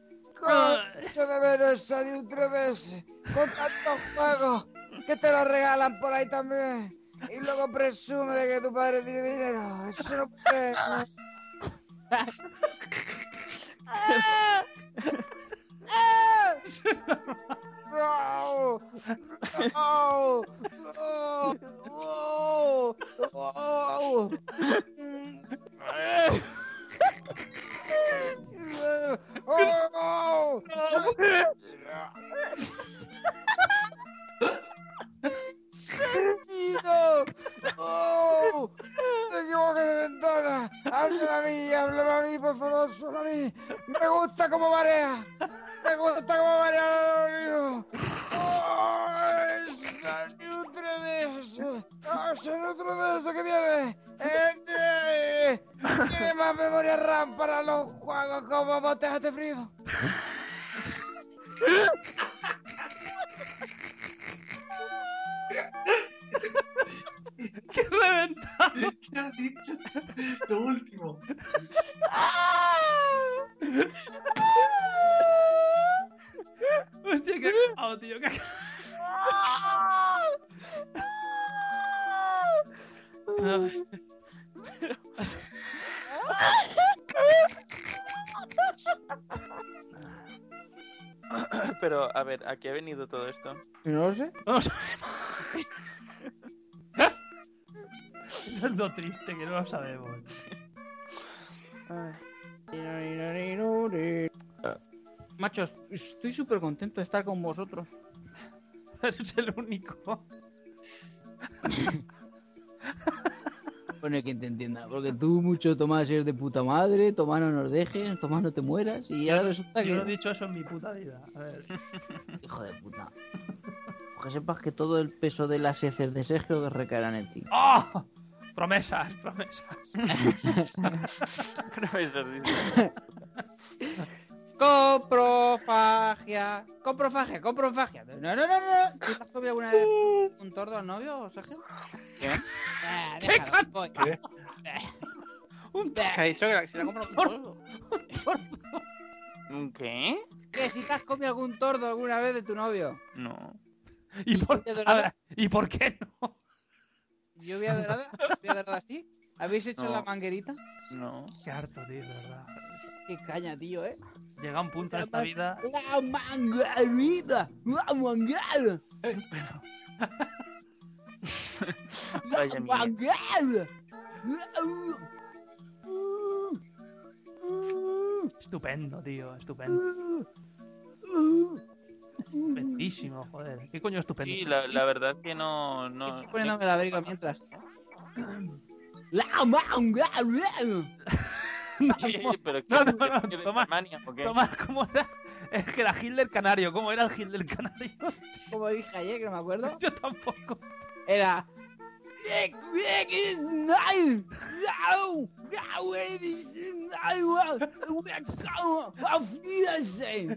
Yo de veros salir tres veces con tantos juegos que te lo regalan por ahí también. Y luego presume de que tu padre tiene dinero. Eso no puede. ser. ¡Ah! ¡Ah! ¡No! ¡No! ¡No! ¡No! ¡No! ¡Oh! ¡Sentido! ¡Oh! ¡Me equivoco de ventana! ¡Háblame a mí! ¡Háblame a mí, por favor! ¡Solo a mí! ¡Me gusta como marea! ¡Me gusta como marea! amigo. ¡Oh! ¡Salió otra vez! ¡Ah, salió otra vez! que viene! ¡Eh, eh! ¡Tiene más memoria RAM para los juegos como botes de frío! ¡Qué reventado! ¿Qué has dicho? Lo último. Hostia, qué cagado, tío. Qué cagado. pero a ver a qué ha venido todo esto No lo sé. Eso es lo triste, que no lo sabemos. Machos, estoy súper contento de estar con vosotros. Eres el único. Bueno, quien te entienda, porque tú mucho Tomás eres de puta madre, Tomás no nos dejes, Tomás no te mueras, y ahora resulta Yo no he que... dicho eso en mi puta vida. A ver. Hijo de puta. Pues Que sepas que todo el peso de las heces de Sergio recaerán en ti. ¡Oh! Promesas, promesas. Promesas, Coprofagia, coprofagia, coprofagia. No, no, no, no. ¿Tú te has comido alguna vez un tordo al novio, o Sergio? ¿Qué? Ah, déjalo, voy. Un que ha dicho que si la compra un tordo. ¿Un ¿Qué? ¿Qué? Si te has comido algún tordo alguna vez de tu novio. No. ¿Y por, te a dolaba? ver, ¿y por qué no? ¿Yo voy a dorada? ¿Voy a dorada así? ¿Habéis hecho No. la manguerita? No. Qué harto, tío, de verdad. Qué caña, tío, eh. Llega un punto en esta vida. La manguerita, la manguera, Vaya la mierda. manguera. Estupendo, tío, estupendo. Estupendísimo, joder. ¿Qué coño estupendo? Sí, la, la verdad que no. no Poniéndome el abrigo mientras. La manguera. Sí, pero ¿qué No, es no, el que no, tiene de toma, Germania, ¿o qué? Tomás, ¿cómo era? Es que era Hitler canario. ¿Cómo era el Hitler canario? Como dije ayer, que no me acuerdo. Yo tampoco. Era. Nick, Nick is nice. No, no, it is nice. We're so- auf Wiedersehen.